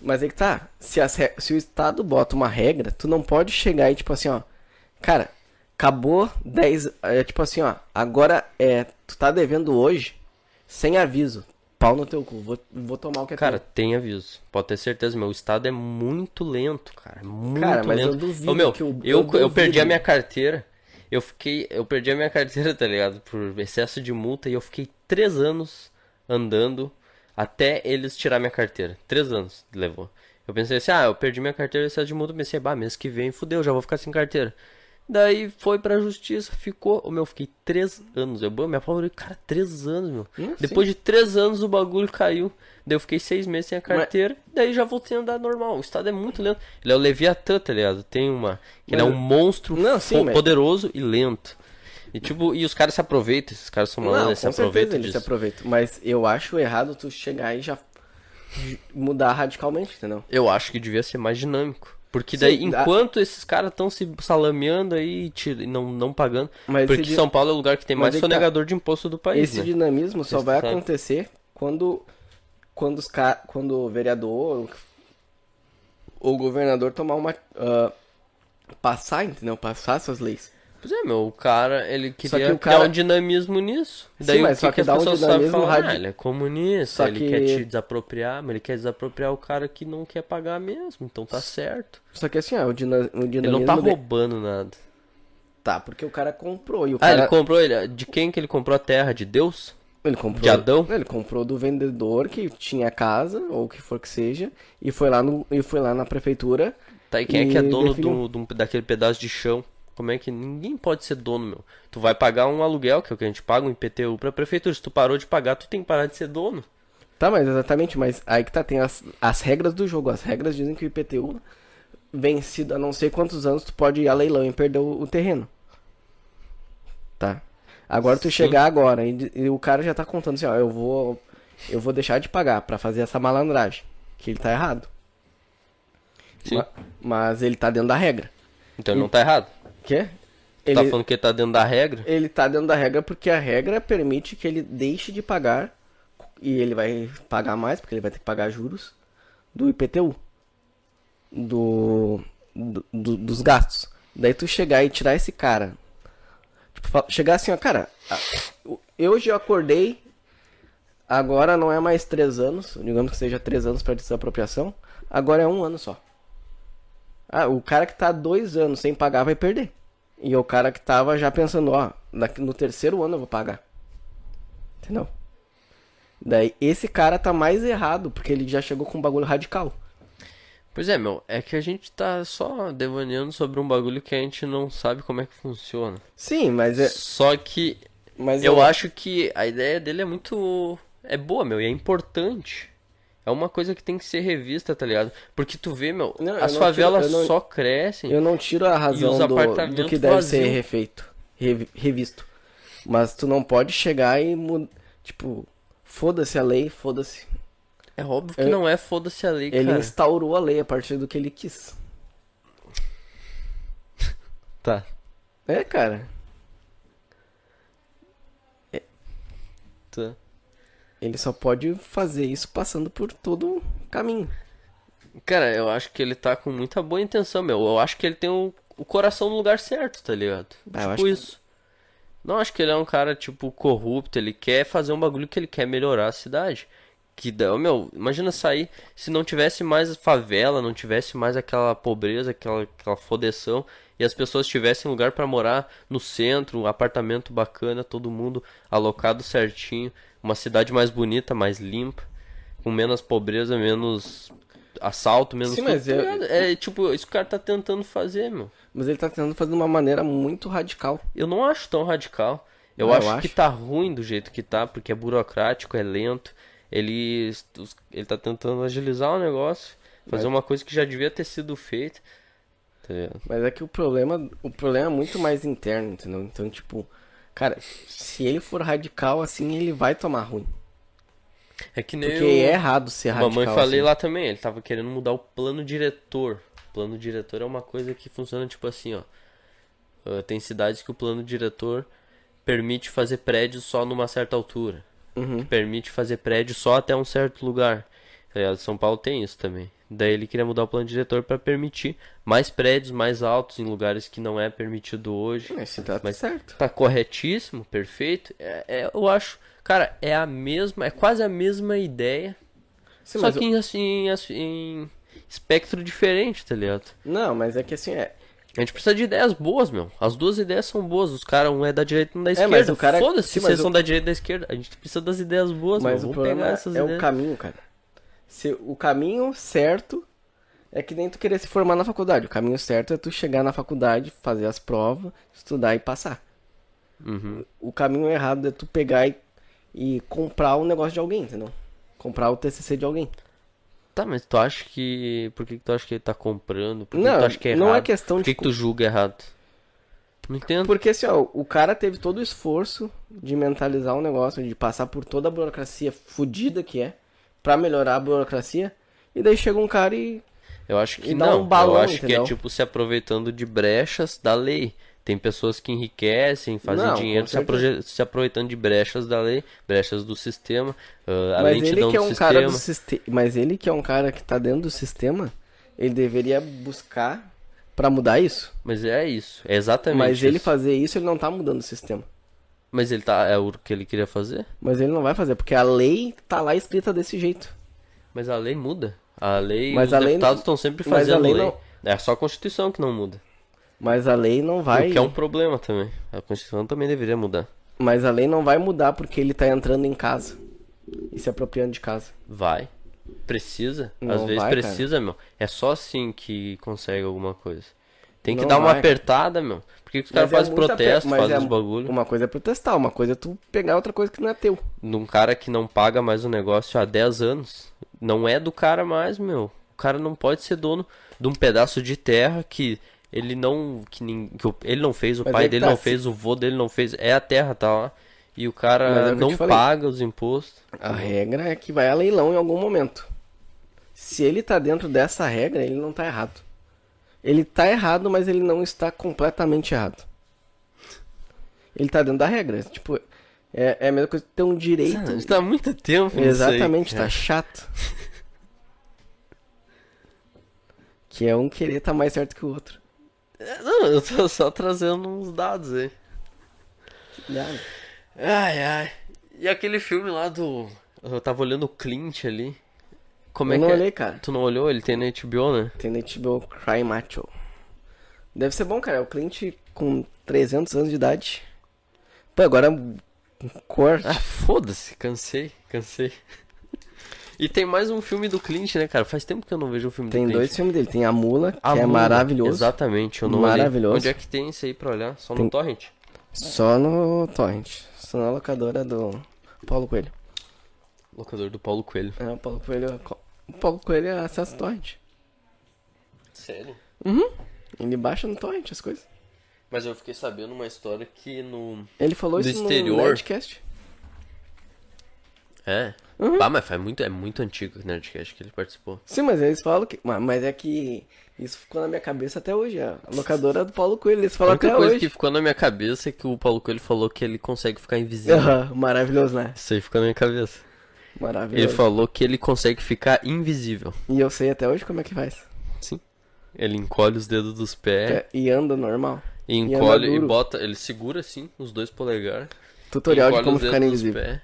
Mas aí que tá. Se, as re- se o Estado bota uma regra, tu não pode chegar e tipo assim, ó. Cara, acabou 10. É tipo assim, ó. Agora é. Tu tá devendo hoje, sem aviso. Pau no teu cu. Vou, vou tomar o que é Cara, teu. tem aviso. Pode ter certeza, meu. O Estado é muito lento, cara. é Muito Cara, mas eu lento. duvido Ô, meu, que o- eu eu, eu, duvido. perdi a minha carteira. Eu fiquei. Eu perdi a minha carteira, tá ligado? Por excesso de multa. E eu fiquei três anos andando até eles tirar minha carteira. Três anos levou. Eu pensei assim, ah, eu perdi minha carteira excesso de multa. Pensei, bah, mês que vem fudeu, já vou ficar sem carteira. Daí foi pra justiça, ficou. Ô, meu, fiquei três anos. Eu bah, me apavorei, cara, três anos, meu. Hum, Depois de três anos o bagulho caiu. Daí eu fiquei seis meses sem a carteira. Daí já voltei a andar normal. O estado é muito lento. Ele é o Leviatã, tá ligado? Tem uma. que Ele é Mas- um monstro Não, fo- sim, mas- poderoso e lento. E tipo, e os caras se aproveitam. Esses caras são malandros, Não, com eles se certeza aproveitam eles se disso. aproveitam. Mas eu acho errado tu chegar e já j- mudar radicalmente, entendeu? Eu acho que devia ser mais dinâmico. Porque daí, Sim, a- enquanto esses caras estão se salameando aí e tira- e não, não pagando. Mas porque esse di- São Paulo é o lugar que tem Mas mais aí que tá. sonegador de imposto do país. Esse né? dinamismo só Esse vai saco. acontecer quando quando, os ca... quando o vereador ou o governador tomar uma ah, passar, entendeu? Passar suas leis. Pois é, meu, o cara, ele Só queria que o criar cara- um dinamismo nisso. Sim, Daí o mas que, só que, que as dá um pessoas sabem dinamismo falar? radi- Ah, ele é comunista, Só ele que- quer te desapropriar, mas ele quer desapropriar o cara que não quer pagar mesmo, então tá certo. Só que assim, ó, o, dina... o dinamismo Ele não tá de- roubando nada. tá, porque o cara comprou e o Ah, cara ele comprou, ele... de quem que ele comprou a terra? De Deus? Ele comprou. De Adão? Ele comprou do vendedor que tinha casa ou o que for que seja e foi lá no e foi lá na prefeitura. Tá, e quem é que é E dono definiu. do, do- daquele pedaço de chão? Como é que ninguém pode ser dono, meu? Tu vai pagar um aluguel, que é o que a gente paga, um IPTU pra prefeitura. Se tu parou de pagar, tu tem que parar de ser dono. Tá, mas exatamente, mas aí que tá, tem as, as regras do jogo. As regras dizem que o IPTU, vencido a não sei quantos anos, tu pode ir a leilão e perder o, o terreno. Tá. Agora tu Sim. chegar agora e, di- e o cara já tá contando assim, ó, eu vou. Eu vou deixar de pagar pra fazer essa malandragem. Que ele tá errado. Sim. Ma- mas ele tá dentro da regra. Então ele não tá errado. Quê? Tu Ele, Tá falando que ele tá dentro da regra? ele tá dentro da regra porque a regra permite que ele deixe de pagar e ele vai pagar mais, porque ele vai ter que pagar juros do IPTU, do, do- do- dos gastos. Daí tu chegar e tirar esse cara, tipo, fa- chegar assim, ó, cara, a- o- eu já acordei, agora não é mais três anos, digamos que seja três anos para desapropriação, agora é um ano só. Ah, o cara que tá dois anos sem pagar vai perder. E o cara que tava já pensando, ó, daqui- no terceiro ano eu vou pagar. Entendeu? Daí esse cara tá mais errado, porque ele já chegou com um bagulho radical. Pois é, meu, é que a gente tá só devaneando sobre um bagulho que a gente não sabe como é que funciona. Sim, mas é. Só que Mas eu acho que a ideia dele é muito. É boa, meu, e é importante. É uma coisa que tem que ser revista, tá ligado? Porque tu vê, meu, Não, eu as não favelas tiro- eu não- só crescem. Eu não tiro a razão os do, apartamentos do que deve vazios. ser refeito, revi- revisto. Mas tu não pode chegar e. mu- Tipo, foda-se a lei, foda-se. É óbvio que eu- não é foda-se a lei, Ele cara. instaurou a lei a partir do que ele quis. Tá. É, cara. tá. Ele só pode fazer isso passando por todo o caminho. Cara, eu acho que ele tá com muita boa intenção, meu. Eu acho que ele tem o, o coração no lugar certo, tá ligado? Ah, eu tipo acho que- isso. Não acho que ele é um cara, tipo, corrupto. Ele quer fazer um bagulho que ele quer melhorar a cidade. Que dá, meu, imagina sair se não tivesse mais favela, não tivesse mais aquela pobreza, aquela, aquela fodeção, e as pessoas tivessem lugar pra morar no centro, um apartamento bacana, todo mundo alocado certinho, uma cidade mais bonita, mais limpa, com menos pobreza, menos assalto, menos Sim, tudo, mas tá eu- ligado? É tipo, isso que o cara tá tentando fazer, meu. Mas ele tá tentando fazer de uma maneira muito radical. Eu não acho tão radical. Eu, Não, Ah, eu acho, que acho. tá ruim do jeito que tá, porque é burocrático, é lento. Ele, os- ele tá tentando agilizar o negócio, fazer uma coisa que já devia ter sido feita. tá ligado? Mas é que o problema, o problema é muito mais interno, entendeu? Então, tipo, cara, se ele for radical assim, ele vai tomar ruim. É que nem Porque eu... é errado ser radical. Mamãe falei assim. lá também, ele tava querendo mudar o plano diretor. Plano diretor é uma coisa que funciona tipo assim, ó. Ah, Tem cidades que o plano diretor permite fazer prédio só numa certa altura. Uhum. Que permite fazer prédio só até um certo lugar. Tá ligado? São Paulo tem isso também. Daí ele queria mudar o plano diretor pra permitir mais prédios mais altos em lugares que não é permitido hoje. Esse tá Mas- certo. Tá corretíssimo, perfeito. É- é- eu acho, cara, é a mesma, é quase a mesma ideia. Sim, Só mas que em, assim, assim, em espectro diferente, tá ligado? o- Não, mas é que assim, é. A gente precisa de ideias boas, meu. As duas ideias são boas. Os caras, um é da direita e um da esquerda. mas o cara- é- Foda-se sim, se mas vocês o- são da direita e da esquerda. A gente precisa das ideias boas, Mas meu. o Vamos problema pegar essas é o ideias. caminho, cara. Se, o caminho certo é que nem tu querer se formar na faculdade. O caminho certo é tu chegar na faculdade, fazer as provas, estudar e passar. Uhum. O caminho errado é tu pegar e, e comprar o negócio de alguém, entendeu? Comprar o TCC de alguém. Tá, mas tu acha que... Por que que tu acha que ele tá comprando? Por que Não, tu acha que é errado? não é questão Por que de que tu julga errado? Não entendo. Porque assim, ó, o cara teve todo o esforço de mentalizar o negócio, de passar por toda a burocracia fodida que é, pra melhorar a burocracia. E daí chega um cara e. Eu acho que E dá um não. balão, eu acho entendeu? que é tipo se aproveitando de brechas da lei. Tem pessoas que enriquecem, fazem Não, dinheiro com se, aproje- se aproveitando de brechas da lei, brechas do sistema, ah, a Mas ele lentidão que é do um sistema. cara do sistema. Mas ele que é um cara que tá dentro do sistema, ele deveria buscar pra mudar isso. Mas é isso, é exatamente Mas ele isso. fazer isso, ele não tá mudando o sistema. Mas ele tá, é o que ele queria fazer? Mas ele não vai fazer, porque a lei tá lá escrita desse jeito. Mas a lei muda. A lei, Mas os a lei- deputados estão sempre mas a fazendo lei lei. não- É só a Constituição que não muda. Mas a lei não vai. O que é um problema também. A Constituição também deveria mudar. Mas a lei não vai mudar porque ele tá entrando em casa. E se apropriando de casa. Vai. Precisa. Não Às vezes vai, precisa, meu. É só assim que consegue alguma coisa. Tem que Não dar uma vai. apertada, meu. Por que que os caras Mas é fazem muita protesto, pe- mas fazem é os bagulho? Uma coisa é protestar, uma coisa é tu pegar outra coisa que não é teu. Num cara que não paga mais o negócio há 10 anos. Não é do cara mais, meu. O cara não pode ser dono de um pedaço de terra que ele não. que, nin- que o- ele não fez, o Mas pai é que dele tá, não se- fez, o vô dele não fez. É a terra, tá lá. Mas é E o o que cara eu te não falei. paga os impostos. A regra é que vai a leilão em algum momento. Se ele tá dentro dessa regra, ele não tá errado. Ele tá errado, mas ele não está completamente errado. Ele tá dentro da regra. Tipo, é, é a mesma coisa que ter um direito. Isso dá muito tempo, nisso aí, Exatamente, cara. tá chato. Que é um querer tá mais certo que o outro. Não, eu tô só trazendo uns dados aí. Ai, ai. E aquele filme lá do. Eu tava olhando o Clint ali. Como é eu não que olhei, é? cara. Tu não olhou? Ele tem na HBO, né? Tem no HBO Cry Macho. Deve ser bom, cara. É O cliente com 300 anos de idade. Pô, agora um corte. Ah, foda-se, cansei, cansei. E tem mais um filme do Clint, né, cara? Faz tempo que eu não vejo um filme Tem do Clint. dois filmes dele. Tem A Mula, que Ah, é mano, maravilhoso. Exatamente, eu não olhei. Maravilhoso. Onde é que tem isso aí pra olhar? Só Tem- no Torrent? Só no Torrent. Só na locadora do Paulo Coelho. Locador do Paulo Coelho. É, o Paulo Coelho. O Paulo Coelho é acesso Torrent. Sério? Ele baixa no Torrent as coisas. Mas eu fiquei sabendo uma história que no. Ele falou Do isso no exterior. podcast. É. Uhum. Ah, mas faz muito, é muito antigo o Nerdcast que ele participou. Sim, mas eles falam que. ma- Mas é que isso ficou na minha cabeça até hoje. A locadora do Paulo Coelho. Eles A falam única até coisa hoje. que ficou na minha cabeça é que o Paulo Coelho falou que ele consegue ficar invisível. Aham, maravilhoso, né? Isso aí ficou na minha cabeça. Maravilhoso. Ele falou que ele consegue ficar invisível. E eu sei até hoje como é que faz. Sim. Ele encolhe os dedos dos pés, É, E anda normal. e anda encolhe e duro. bota. Ele segura assim, os dois polegares. Tutorial de encolhe como os ficar dedos dos invisível. pés.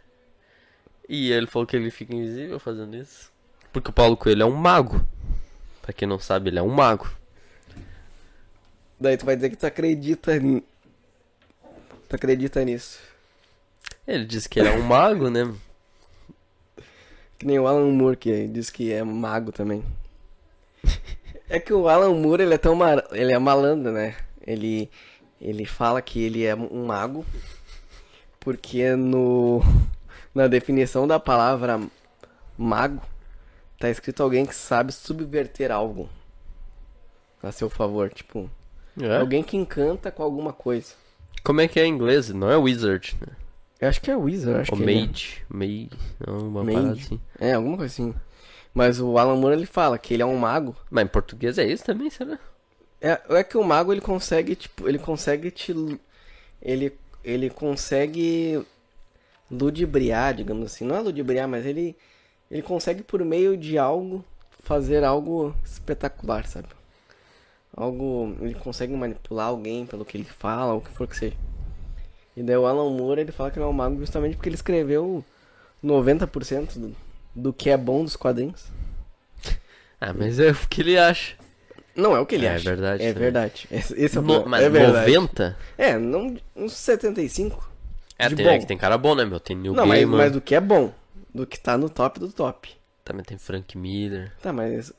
E ele falou que ele fica invisível fazendo isso. Porque o Paulo Coelho é um mago. Pra quem não sabe, ele é um mago. Daí tu vai dizer que tu acredita. ni- Tu acredita nisso. Ele disse que ele é um mago, né? Que nem o Alan Moore que diz que é mago também. é que o Alan Moore ele é tão mar... ele é malandro, né? Ele ele fala que ele é um mago porque no na definição da palavra mago tá escrito alguém que sabe subverter algo. a seu favor. Tipo, É. alguém que encanta com alguma coisa. Como é que é em inglês? Não é wizard, né? Eu acho que é Wizard, eu acho Ou que ele mage. Mage. Não, uma Mage. parada assim. é. é, alguma coisa assim. Mas o Alan Moore, ele fala que ele é um mago. Mas em português é isso também, será? É, é que o mago, ele consegue, tipo, ele consegue te... lu- Ele, ele consegue ludibriar, digamos assim. Não é ludibriar, mas ele, ele consegue, por meio de algo, fazer algo espetacular, sabe? Algo... Ele consegue manipular alguém pelo que ele fala, ou o que for que seja. E daí o Alan Moore, ele fala que ele é um mago justamente porque ele escreveu 90% do, do que é bom dos quadrinhos. Ah, mas é o que ele acha. Não é o que ele É acha. verdade É também. verdade. Esse esse é o No- problema. mas é verdade. 90? É, não, uns 75. É, De tem, bom. é que tem cara bom, né, meu? Tem Neil não, mas, Gaiman, mas do que é bom. Do que tá no top do top. também tem Frank Miller. Tá, mas.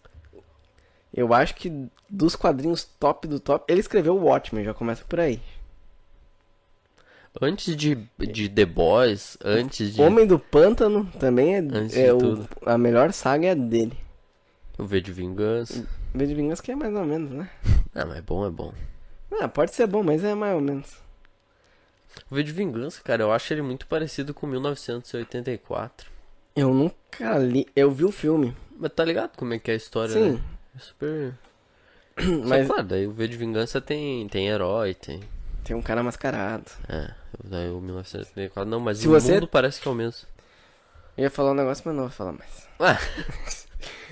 Eu acho que dos quadrinhos top do top. Ele escreveu o Watchmen, já começa por aí. Antes de, de The Boys, antes de... Homem do Pântano também Antes é. de é o, tudo. a melhor saga é a dele. O V de Vingança. V de Vingança que é mais ou menos, né? Ah, mas é bom, é bom. Ah, pode ser bom, mas é mais ou menos. O V de Vingança, cara, eu acho ele muito parecido com 1984. Eu nunca li. Eu vi o filme. Mas tá ligado como é que é a história, Sim. Hum, né? É super... Mas... Mas- Só claro, daí o V de Vingança tem, tem herói, tem... Tem um cara mascarado. É, daí o 1984... Não, mas Se o você- mundo parece que é o mesmo. Eu ia falar um negócio, mas não vou falar mais. Ah,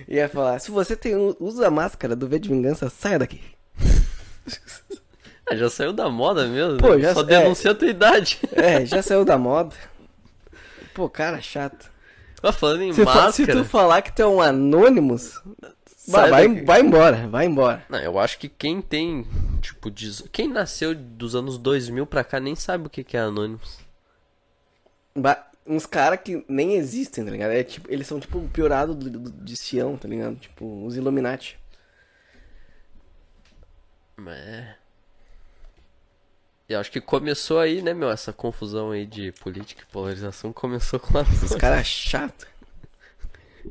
Ia falar, se você tem, usa a máscara do V de Vingança, saia daqui. Ah, já saiu da moda mesmo. Pô, né? já- Só é. denuncia a tua idade. É, já saiu da moda. Pô, cara chato. Tá falando em Se, fa- máscara... se tu falar que tu é um Anonymous, Sai vai, daqui. vai embora, vai embora. Não, eu acho que quem tem, tipo, diz... quem nasceu dos anos 2000 pra cá nem sabe o que que é Anonymous. Ba- uns caras que nem existem, tá ligado? É tipo, eles são tipo o piorado do, do- de Sião, tá ligado? Tipo, os Illuminati. É. Eu acho que começou aí, né, meu, essa confusão aí de política e polarização começou com a... Os caras chato.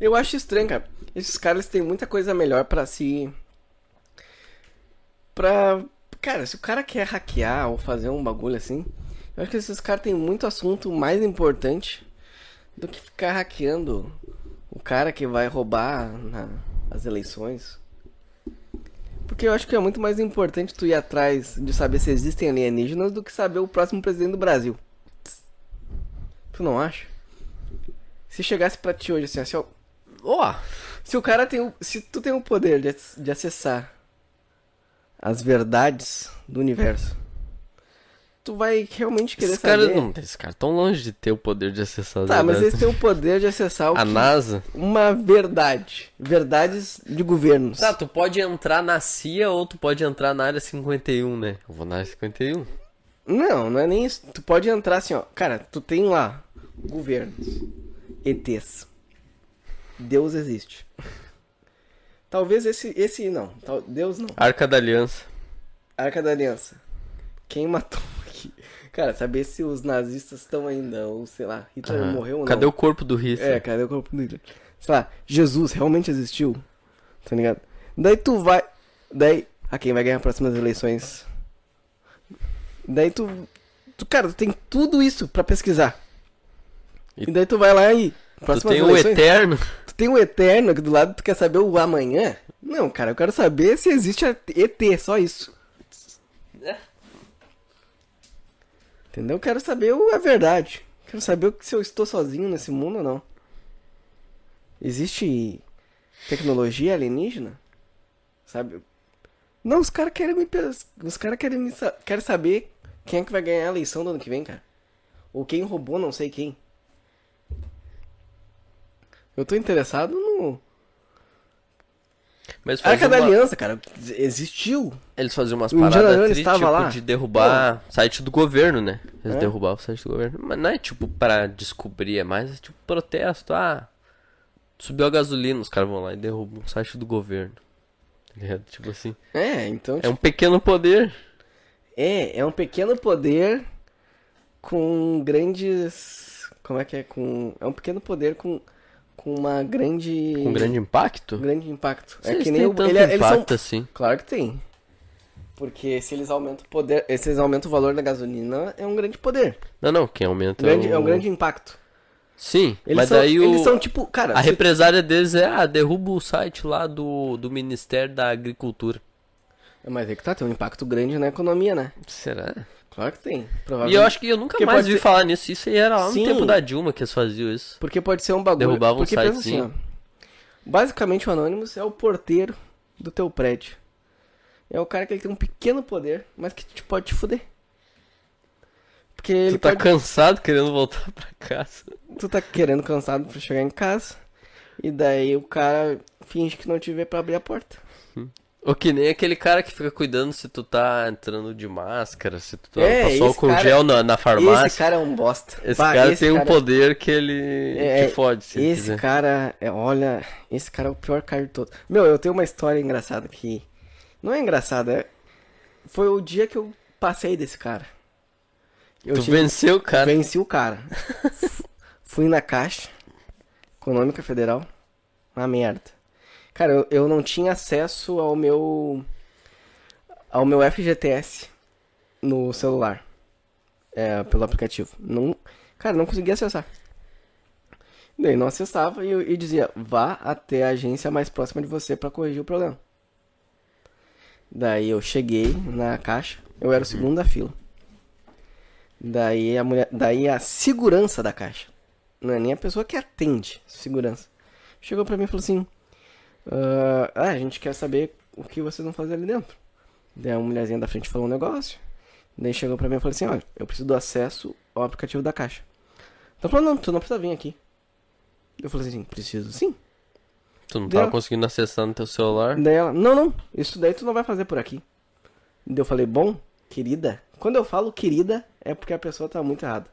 Eu acho estranho, cara. Esses caras têm muita coisa melhor pra se. Pra. Cara, se o cara quer hackear ou fazer um bagulho assim, eu acho que esses caras têm muito assunto mais importante do que ficar hackeando o cara que vai roubar na- as eleições. Porque eu acho que é muito mais importante tu ir atrás de saber se existem alienígenas do que saber o próximo presidente do Brasil. Tu não acha? Se chegasse pra ti hoje assim, ó, se, eu- Ó, se o cara tem o, se tu tem o poder de, ac- de acessar as verdades do universo, tu vai realmente querer esses caras saber. não, esses caras tão longe de ter o poder de acessar as Tá, mas verdades. eles têm o poder de acessar o a que- NASA. uma verdade, verdades de governos. Tá, tu pode entrar na CIA ou tu pode entrar na área 51, né? Eu vou na área 51. Não, não é nem isso. Tu pode entrar assim, ó. Cara, tu tem lá governos, ETs. Deus existe. Talvez esse esse não, Tal- Deus não. Arca da Aliança. Arca da Aliança. Quem matou aqui? Cara, saber se os nazistas estão ainda, ou sei lá, Hitler Aham. morreu ou não. Cadê o corpo do Hitler? É, cadê o corpo do Hitler? Sei lá, Jesus realmente existiu? Tá ligado? Daí tu vai. Daí. A quem vai ganhar as próximas eleições? Daí tu. tu cara, tu tem tudo isso pra pesquisar. E- E, daí tu vai lá e. tu Próximas tem um o eleições. Eterno. Tu tem o Eterno aqui do lado, tu quer saber o amanhã? Não, cara, eu quero saber se existe a- ET, só isso. Entendeu? Eu quero saber o- a verdade. Quero saber o que- se eu estou sozinho nesse mundo ou não. Existe tecnologia alienígena? Sabe? Não, os caras querem me. pes- Os caras querem me. sa- Querem saber quem é que vai ganhar a eleição do ano que vem, cara. Ou quem roubou, não sei quem. Eu tô interessado no. Mas Arca fazia da uma- Aliança, Um cara. Existiu. Eles faziam umas O Indiana paradas Jones tristes, tava tipo, lá. de derrubar site do governo, né? Eles É. derrubavam o site do governo. Mas não é, tipo, pra descobrir, é mais, é, tipo, protesto. Ah, subiu a gasolina, os caras vão lá e derrubam o site do governo. Tá ligado? Tipo assim, É, então. é um pequeno poder. É, é um pequeno poder com grandes. Como é que é? Com. É um pequeno poder com com uma grande. Com grande impacto? grande impacto. Vocês é que têm nem o tanto ele, eles são- impacto assim. Claro que tem. Porque se eles aumentam o poder. eh, Se eles aumentam o valor da gasolina, é um grande poder. Não, não, quem aumenta Grande- é, o... É um grande impacto. Sim, Eles, mas são, daí o... eles são tipo, cara, a se- represária deles é, ah, derruba o site lá do, do Ministério da Agricultura. mas é que tá, tem um impacto grande na economia, né? Será? Claro que tem. E Provavelmente. eu acho que eu nunca Porque mais pode vi ser- falar nisso. Isso aí era lá no Sim. tempo da Dilma que eles faziam isso. Porque pode ser um bagulho. Derrubavam Porque um pensa sitezinho. assim, ó. Basicamente o Anonymous é o porteiro do teu prédio. É o cara que ele tem um pequeno poder, mas que te pode te fuder. Porque ele tu tá pode- cansado querendo voltar pra casa. tu tá querendo cansado pra chegar em casa. E daí o cara finge que não te vê pra abrir a porta. Ou que nem aquele cara que fica cuidando se tu tá entrando de máscara, se tu tá- É, passou esse com cara- gel na, na farmácia. Esse cara é um bosta. Esse Bah, cara tem um cara- poder que ele É, te fode, se ele esse quiser. cara, é, olha, esse cara é o pior cara de todos. Meu, eu tenho uma história engraçada que. Não é engraçada, é- foi o dia que eu passei desse cara. Eu Tu tive- venceu o cara. venci o cara. Fui na Caixa Econômica Federal. Uma merda. Cara, eu, eu não tinha acesso ao meu. ao meu FGTS no celular. É, pelo aplicativo. Não, cara, não conseguia acessar. Daí não acessava e, eu- e dizia, vá até a agência mais próxima de você para corrigir o problema. Daí eu cheguei na caixa, eu era o segundo da fila. Daí a mulher, daí a segurança da caixa. Não é nem a pessoa que atende, segurança. Chegou pra mim e falou assim: "Ah, ah, a gente quer saber o que vocês vão fazer ali dentro". Daí a mulherzinha da frente falou um negócio. Daí chegou pra mim e falou assim: "Olha, eu preciso do acesso ao aplicativo da caixa". Ela falou: "Não, tu não precisa vir aqui". Eu falei assim: "Preciso sim". Tu não Deu. tava conseguindo acessar no teu celular. Daí ela, não, não, isso daí tu não vai fazer por aqui. Daí eu falei, bom, querida. Quando eu falo querida, é porque a pessoa tá muito errada.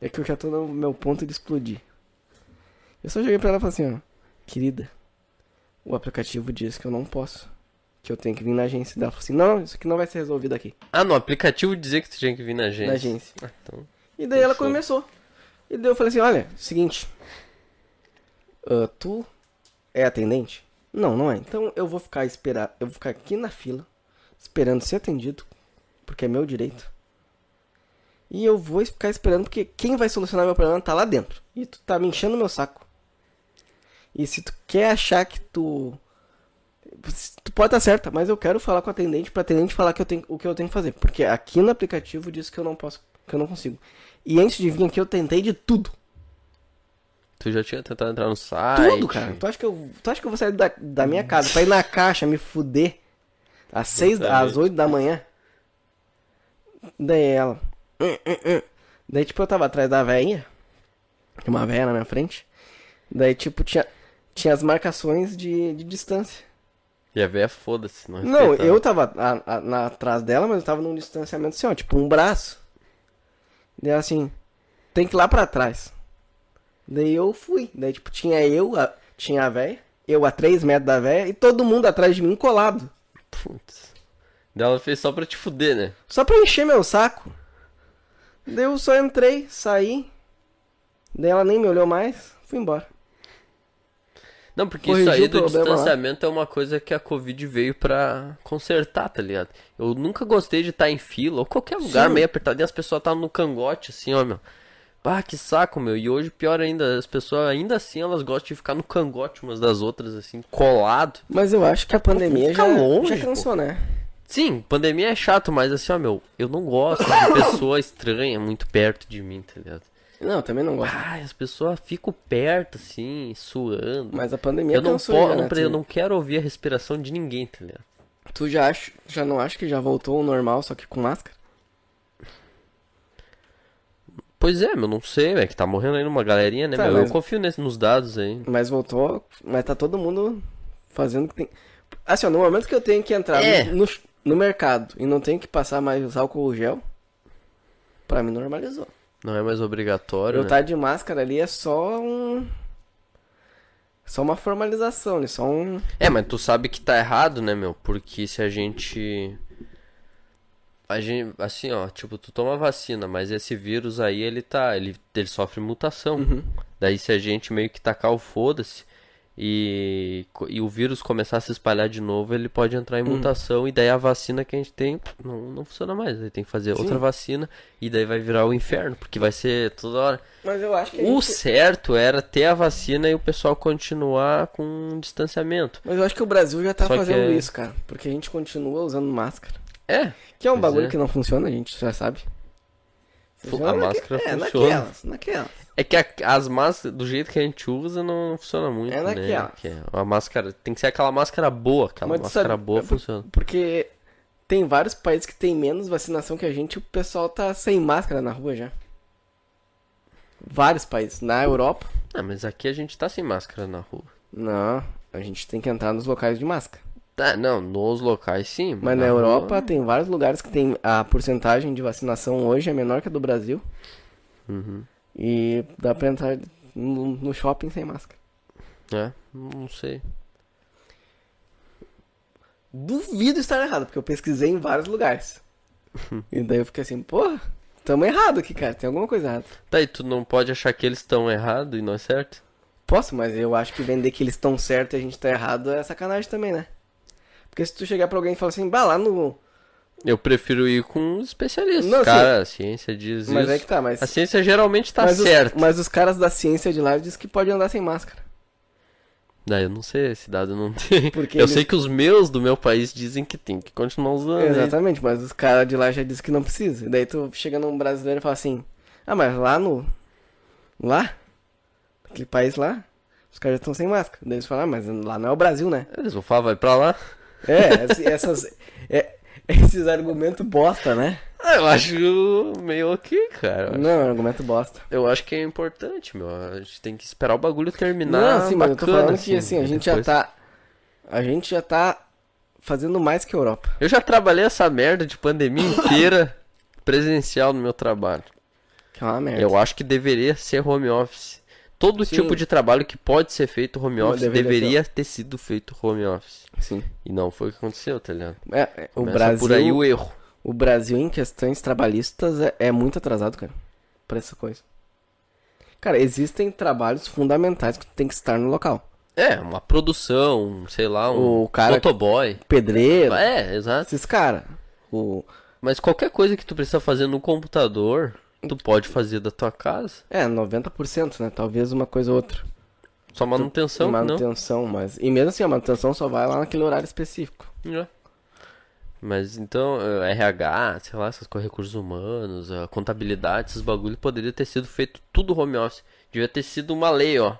É que eu já tô no meu ponto de explodir. Eu só cheguei pra ela e falei assim, ó, querida, o aplicativo diz que eu não posso. Que eu tenho que vir na agência. Daí ela falou assim, não, não, isso aqui não vai ser resolvido aqui. Ah, no aplicativo dizia que tu tinha que vir na agência. Na agência. Ah, então. E daí ela Fechou. começou. E daí eu falei assim, olha, seguinte. ah, tu é atendente? Não, não é. Então eu vou ficar esperar, eu vou ficar aqui na fila, esperando ser atendido, porque é meu direito. E eu vou ficar esperando, porque quem vai solucionar meu problema tá lá dentro. E tu tá me enchendo meu saco. E se tu quer achar que tu. Tu pode estar certa, mas eu quero falar com o atendente pra atendente falar que eu tenho, o que eu tenho que fazer. Porque aqui no aplicativo diz que eu não posso, que eu não consigo. E antes de vir aqui eu tentei de tudo. Tu já tinha tentado entrar no site. Tudo, cara. Tu acha que eu, tu acha que eu vou sair da, da minha casa pra ir na caixa me fuder às seis, da- às oito da manhã? Daí ela. "Hum, hum, hum." Daí, tipo, eu tava atrás da velhinha. Tinha uma velha na minha frente. Daí, tipo, tinha, tinha as marcações de, de distância. E a véia foda-se. Não, Não, respeitava. eu tava a- a- na- atrás dela, mas eu tava num distanciamento assim, ó, tipo um braço. Daí ela assim, tem que ir lá pra trás. Daí eu fui. Daí, tipo, tinha eu, a- tinha a véia, eu a 3 metros da véia e todo mundo atrás de mim colado. Putz. Daí ela fez só pra te fuder, né? Só pra encher meu saco. Daí eu só entrei, saí. Daí ela nem me olhou mais, fui embora. Não, porque Corrigiu isso aí o do problema né? lá. distanciamento é uma coisa que a Covid veio pra consertar, tá ligado? Eu nunca gostei de estar em fila ou qualquer lugar Sim. meio apertado e as pessoas estavam no cangote, assim, ó, meu. Bah, que saco, meu. E hoje, pior ainda, as pessoas, ainda assim, elas gostam de ficar no cangote umas das outras, assim, colado. Mas eu acho que a pandemia fica já, longe, já cansou, né? Sim, pandemia é chato, mas assim, ó, meu, eu não gosto de pessoa estranha muito perto de mim, tá ligado? Não, eu também não gosto. Ai, as pessoas ficam perto, assim, suando. Mas a pandemia eu não, cansou po- já, não né? pre- eu não quero ouvir a respiração de ninguém, tá ligado? Tu já, acha, já não acha que já voltou ao normal, só que com máscara? Pois é, meu, não sei, é que tá morrendo aí numa galerinha, né, Tá, meu? Eu mas- confio nesse, nos dados aí. Mas voltou, mas tá todo mundo fazendo o que tem. Assim, ó, no momento que eu tenho que entrar É. no, no, no mercado e não tenho que passar mais álcool gel, pra mim normalizou. Não é mais obrigatório, Eu né? tá de máscara ali é só um. Só uma formalização, né? Só um. É, mas tu sabe que tá errado, né, meu? Porque se a gente... A gente, assim, ó, tipo, tu toma vacina, mas esse vírus aí, ele tá, ele, ele sofre mutação. Daí se a gente meio que tacar o foda-se e, co- e o vírus começar a se espalhar de novo, ele pode entrar em mutação e daí a vacina que a gente tem não, não funciona mais. Aí tem que fazer outra vacina e daí vai virar o inferno, porque vai ser toda hora. Mas eu acho que. a O gente- certo era ter a vacina e o pessoal continuar com um distanciamento. Mas eu acho que o Brasil já tá Só que fazendo é- isso, cara. Porque a gente continua usando máscara. É, Que é um Pois bagulho é. que não funciona, a gente já sabe. Fu- Funciona a naque- máscara é, funciona. naquelas, naquelas. é que a- as máscaras, do jeito que a gente usa, não funciona muito, É né? naquela. Que é- a máscara tem que ser aquela máscara boa, aquela Mas tu máscara sabe- boa por- funciona. Porque tem vários países que tem menos vacinação que a gente e o pessoal tá sem máscara na rua já. Vários países. Na Europa, Ah, mas aqui a gente tá sem máscara na rua. não. A gente tem que entrar nos locais de máscara. Tá, não, nos locais sim. Mas na rua- Europa tem vários lugares que tem a porcentagem de vacinação hoje é menor que a do Brasil. Uhum. E dá pra entrar no, no shopping sem máscara. É, não sei. Duvido estar errado, porque eu pesquisei em vários lugares. e daí eu fiquei assim, porra, tamo errado aqui, cara. Tem alguma coisa errada. Tá, e tu não pode achar que eles estão errados e nós certo? Posso, mas eu acho que vender que eles estão certo e a gente tá errado é sacanagem também, né? Porque se tu chegar pra alguém e falar assim, bah, lá no. Eu prefiro ir com um especialista. Não, cara, a ciência diz Mas isso. é que tá, mas. A ciência geralmente tá mas os- certa. mas os caras da ciência de lá dizem que pode andar sem máscara. Não, eu não sei, esse dado eu não tem. Porque eu eles- sei que os meus do meu país dizem que tem que continuar usando. né? Exatamente, mas os caras de lá já dizem que não precisa. E daí tu chega num brasileiro e fala assim, ah, mas lá no. Lá? Naquele país lá? Os caras já estão sem máscara. Daí eles falam, ah, mas lá não é o Brasil, né? Eles vão falar, vai pra lá. É, esse- essas, é, esses argumentos bosta, né? Ah, eu acho meio ok, cara. Não, é um argumento bosta. Eu acho que é importante, meu. A gente tem que esperar o bagulho terminar. Não, sim, mas eu tô bacana, falando que assim, a e gente depois- já tá. A gente já tá fazendo mais que a Europa. Eu já trabalhei essa merda de pandemia inteira presencial no meu trabalho. Que é uma merda. Eu acho que deveria ser home office. Todo Sim. tipo de trabalho que pode ser feito home Não, office deveria deveria ter sido feito home office. Sim. E não foi o que aconteceu, tá ligado? assim. É, é, o, Começa Brasil, por aí o erro. o Brasil, em questões trabalhistas, é, é muito atrasado, cara. Pra essa coisa. Cara, existem trabalhos fundamentais que tu tem que estar no local. É, uma produção, um, sei lá, um O cara- motoboy. Pedreiro, É, exato. esses caras. O... Mas qualquer coisa que tu precisa fazer no computador, tu pode fazer da tua casa. É, 90%, né? Talvez uma coisa ou outra. Só manutenção, manutenção. manutenção, mas. E mesmo assim, a manutenção só vai lá naquele horário específico. não. É. Mas então, eh, RH, sei lá, essas coisas, recursos humanos, a contabilidade, esses bagulho poderia ter sido feito tudo home office. Devia ter sido uma lei, ó.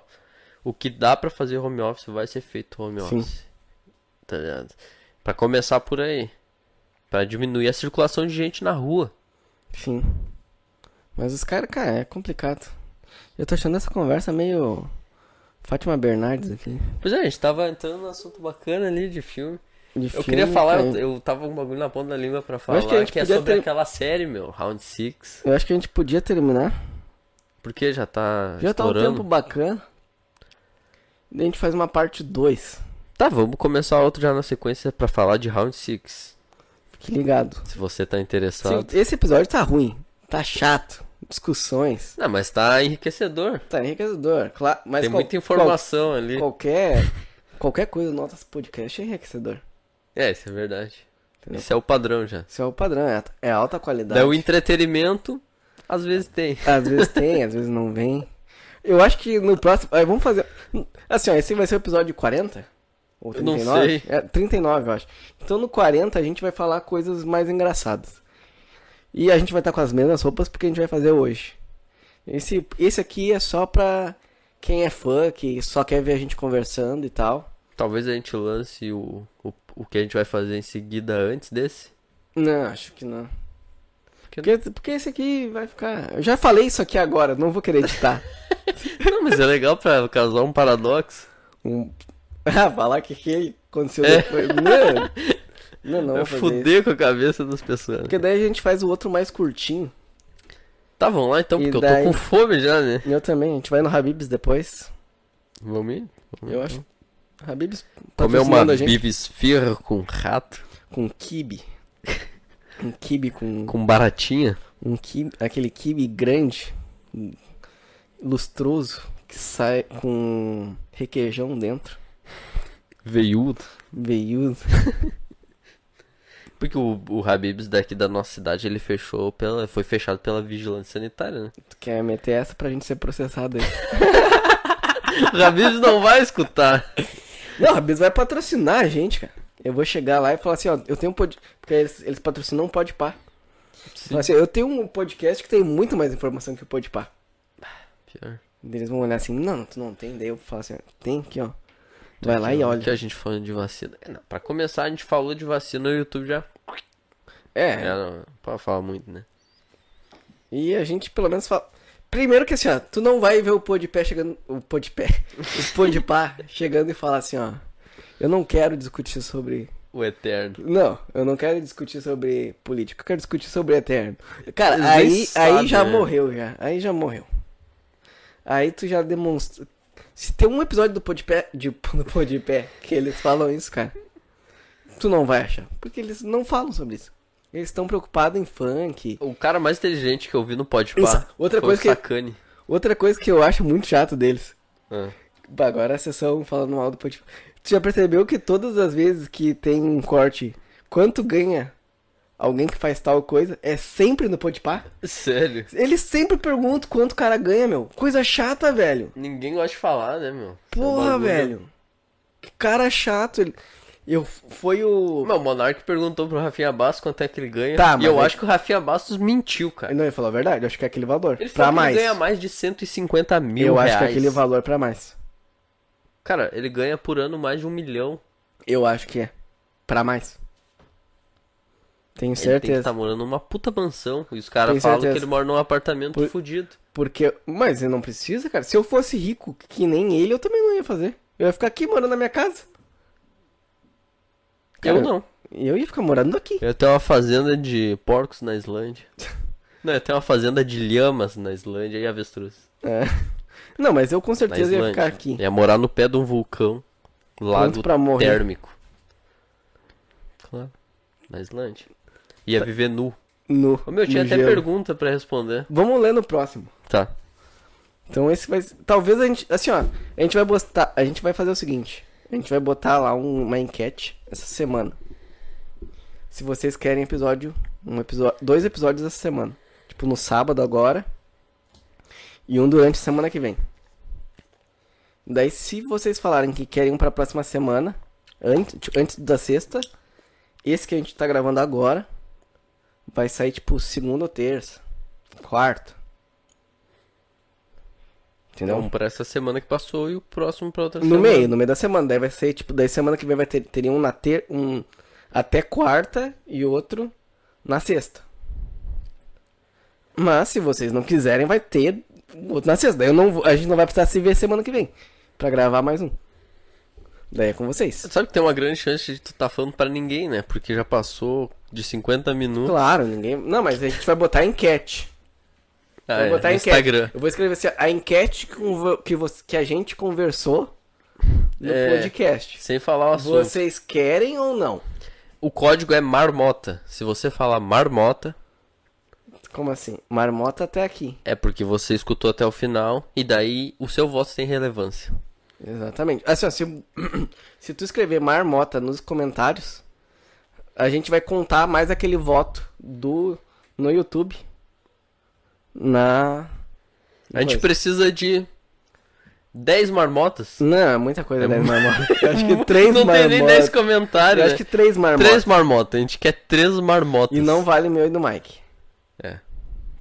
O que dá pra fazer home office vai ser feito home Sim. office. Tá ligado? Pra começar por aí. Pra diminuir a circulação de gente na rua. Sim. Mas os caras, cara, é complicado. Eu tô achando essa conversa meio. Fátima Bernardes aqui. Pois é, a gente tava entrando num assunto bacana ali de filme. De Eu filme, queria falar, cara. eu, Eu... eu tava com um bagulho na ponta da língua pra falar, acho que a que, gente é podia sobre ter- aquela série, meu, Round Six acho que a gente podia terminar. Porque já tá Já tá um estourando. tempo bacana. E a gente faz uma parte 2. Tá, vamos começar outro já na sequência pra falar de Round Six Fique ligado. se você tá Sim, interessado. esse episódio tá ruim. Tá chato. Discussões. Não, mas tá enriquecedor. Tá enriquecedor. Claro, mas Tem qual- muita informação ali. qual- qualquer. Qualquer coisa no nosso podcast é enriquecedor. É, isso é verdade. Entendeu? Esse é o padrão já. Isso é o padrão, é, é alta qualidade. Daí o entretenimento, às vezes tem. Às vezes tem, às vezes não vem. Eu acho que no próximo. ah, Vamos fazer. Assim, ó, esse vai ser o episódio 40? Ou Eu não 39? sei. É, 39, eu acho. Então no 40 a gente vai falar coisas mais engraçadas. E a gente vai estar com as mesmas roupas porque a gente vai fazer hoje. Esse, esse aqui é só pra quem é fã, que só quer ver a gente conversando e tal. Talvez a gente lance o, o, o que a gente vai fazer em seguida antes desse. Não, acho que não. Porque- Porque, porque esse aqui vai ficar. Eu já falei isso aqui agora, não vou querer editar. Não, mas é legal pra causar um paradoxo. Um... Ah, falar que que aconteceu É. depois. Não, não, não É vou fazer isso. fuder com a cabeça das pessoas. né? Porque daí a gente faz o outro mais curtinho. Tá, vamos lá então, E porque daí- eu tô com fome já, né? E Eu também, a gente vai no Habibs depois. Vamos ir? Vamos Eu ir, acho. Habibs então. Comer Uhum. uma patrocinando a gente bife esfirra com rato, com kibe. Um kibe com. com baratinha. Um kibe, aquele kibe grande. Lustroso. que sai com requeijão dentro, Veiudo. veiudo. Porque o, o Habibs daqui da nossa cidade, ele fechou pela. Foi fechado pela vigilância sanitária, né? Tu quer meter essa pra gente ser processado aí? O Habibs não vai escutar. Não, a Bis vai patrocinar a gente, cara. Eu vou chegar lá e falar assim, ó, eu tenho um podcast. Porque eles, eles patrocinam um podpar. Falar assim, eu tenho um podcast que tem muito mais informação que o podpar. Pior. Eles vão olhar assim, não, tu não tem. Daí eu falo assim, ó, tem aqui, ó. Tu vai lá e Que olha. a gente falando de vacina. É, não, pra começar, a gente falou de vacina no YouTube já. É, É, não, não pode falar muito, né? e a gente pelo menos fala. Primeiro que assim, ó, tu não vai ver o podpar chegando. O podpar. O podpar chegando e falar assim, ó. Eu não quero discutir sobre O Eterno. Não, eu não quero discutir sobre política, eu quero discutir sobre Eterno. Cara, Eles nem aí, aí sabem, já né? morreu já. Aí já morreu. Aí tu já demonstra. Se tem um episódio do Podpé, de, do Podpé que eles falam isso, cara, tu não vai achar. Porque eles não falam sobre isso. Eles estão preocupados em funk. O cara mais inteligente que eu vi no Isso, Podpah outra foi coisa o que- Sacani. Outra coisa que eu acho muito chato deles. Ah. Bah, Agora a sessão falando mal do Podpé. Tu já percebeu que todas as vezes que tem um corte, quanto ganha alguém que faz tal coisa, é sempre no Podpá? Sério. Eles sempre perguntam quanto o cara ganha, meu. Coisa chata, velho. Ninguém gosta de falar, né, meu? Esse Porra, bagulho. velho. Que cara chato. Ele... Eu... Foi o... Meu, o Monark perguntou pro Rafinha Bastos quanto é que ele ganha. Tá, e mas eu é- acho que o Rafinha Bastos mentiu, cara. Não, ele falou a verdade. Eu acho que é aquele valor. Ele pra falou que mais. ele ganha mais de 150 mil Eu reais. acho que é aquele valor pra mais. Cara, ele ganha por ano mais de um milhão. Eu acho que é. Pra mais. Tenho Ele tem que tá certeza. estar morando numa puta mansão. E os Tenho caras falam que certeza. ele mora num apartamento Por- fudido. Porque... Mas ele não precisa, cara. Se eu fosse rico, que nem ele, eu também não ia fazer. Eu ia ficar aqui morando na minha casa. Cara, eu não. E eu ia ficar morando aqui. Eu tenho uma fazenda de porcos na Islândia. não, eu tenho uma fazenda de lhamas na Islândia e avestruz. É. Não, mas eu com Na certeza ia Islândia. ficar aqui. Ia morar no pé de um vulcão. Lago pra morrer. térmico. Claro. Na Islândia. Ia Tá viver nu. No, É. Ô, meu, tinha no até gelo. pergunta pra responder. Vamos ler no próximo. Tá. Então esse vai. ser- Talvez a gente. Assim, ó. A gente vai botar. A gente vai fazer o seguinte. A gente vai botar lá um- uma enquete essa semana. Se vocês querem episódio. Um episódio. Dois episódios essa semana. Tipo, no sábado agora. E um durante a semana que vem. Daí, se vocês falarem que querem um pra próxima semana, antes, tipo, antes da sexta, esse que a gente tá gravando agora vai sair tipo segunda ou terça, quarto. Entendeu? Um pra essa semana que passou e o próximo pra outra No semana. meio, no meio da semana. Daí vai ser, tipo, daí semana que vem vai ter, teria um na ter, um até quarta e outro na sexta. Mas se vocês não quiserem, vai ter outro na sexta. Daí eu não, vou- a gente não vai precisar se ver semana que vem pra gravar mais um. Daí é com vocês. Sabe que tem uma grande chance de tu tá falando pra ninguém, né? Porque já passou de 50 minutos. Claro, ninguém. Não, mas a gente vai botar a enquete. Ah, Então, vou é, botar a no enquete. Instagram. Eu vou escrever assim, a enquete que, vo- que, você- que a gente conversou no É. podcast. Sem falar o assunto. Vocês querem ou não? O código é marmota. Se você falar marmota, Como assim? Marmota até aqui. é porque você escutou até o final e daí o seu voto tem relevância. Exatamente. Assim, ó, se, se tu escrever marmota nos comentários, a gente vai contar mais aquele voto do no YouTube. Na. A gente Coisa. precisa de 10 marmotas. Não, é muita coisa dez marmota. Eu acho que três Não tem nem 10 marmotas. Eu comentários. acho né? que três marmotas. Três marmotas. A gente quer três marmotas. E não vale meu e do Mike. É.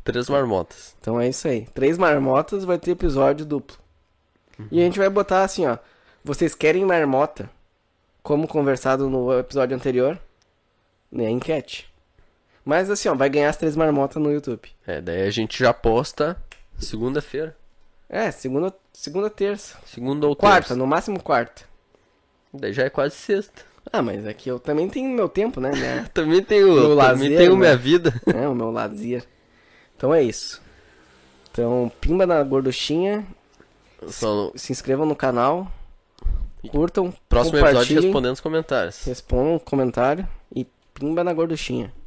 Três marmotas. Então é isso aí. Três marmotas vai ter episódio duplo. E a gente vai botar assim, ó. Vocês querem marmota? Como conversado no episódio anterior? Né, enquete. Mas assim, ó, vai ganhar as três marmotas no YouTube. É, daí a gente já posta segunda-feira. É, segunda, segunda terça. Segunda ou Quarta, né? terça. no máximo quarta. Daí já é quase sexta. Ah, mas aqui eu também tenho meu tempo, né? Minha, Também tenho, No também lazer, tenho né? minha vida. né, o meu lazer. Então é isso. Então, pimba na gorduchinha. Só no Se inscrevam no canal. Curtam. próximo episódio compartilhem. respondendo os comentários. Respondam o comentário e um pimba na gorduchinha.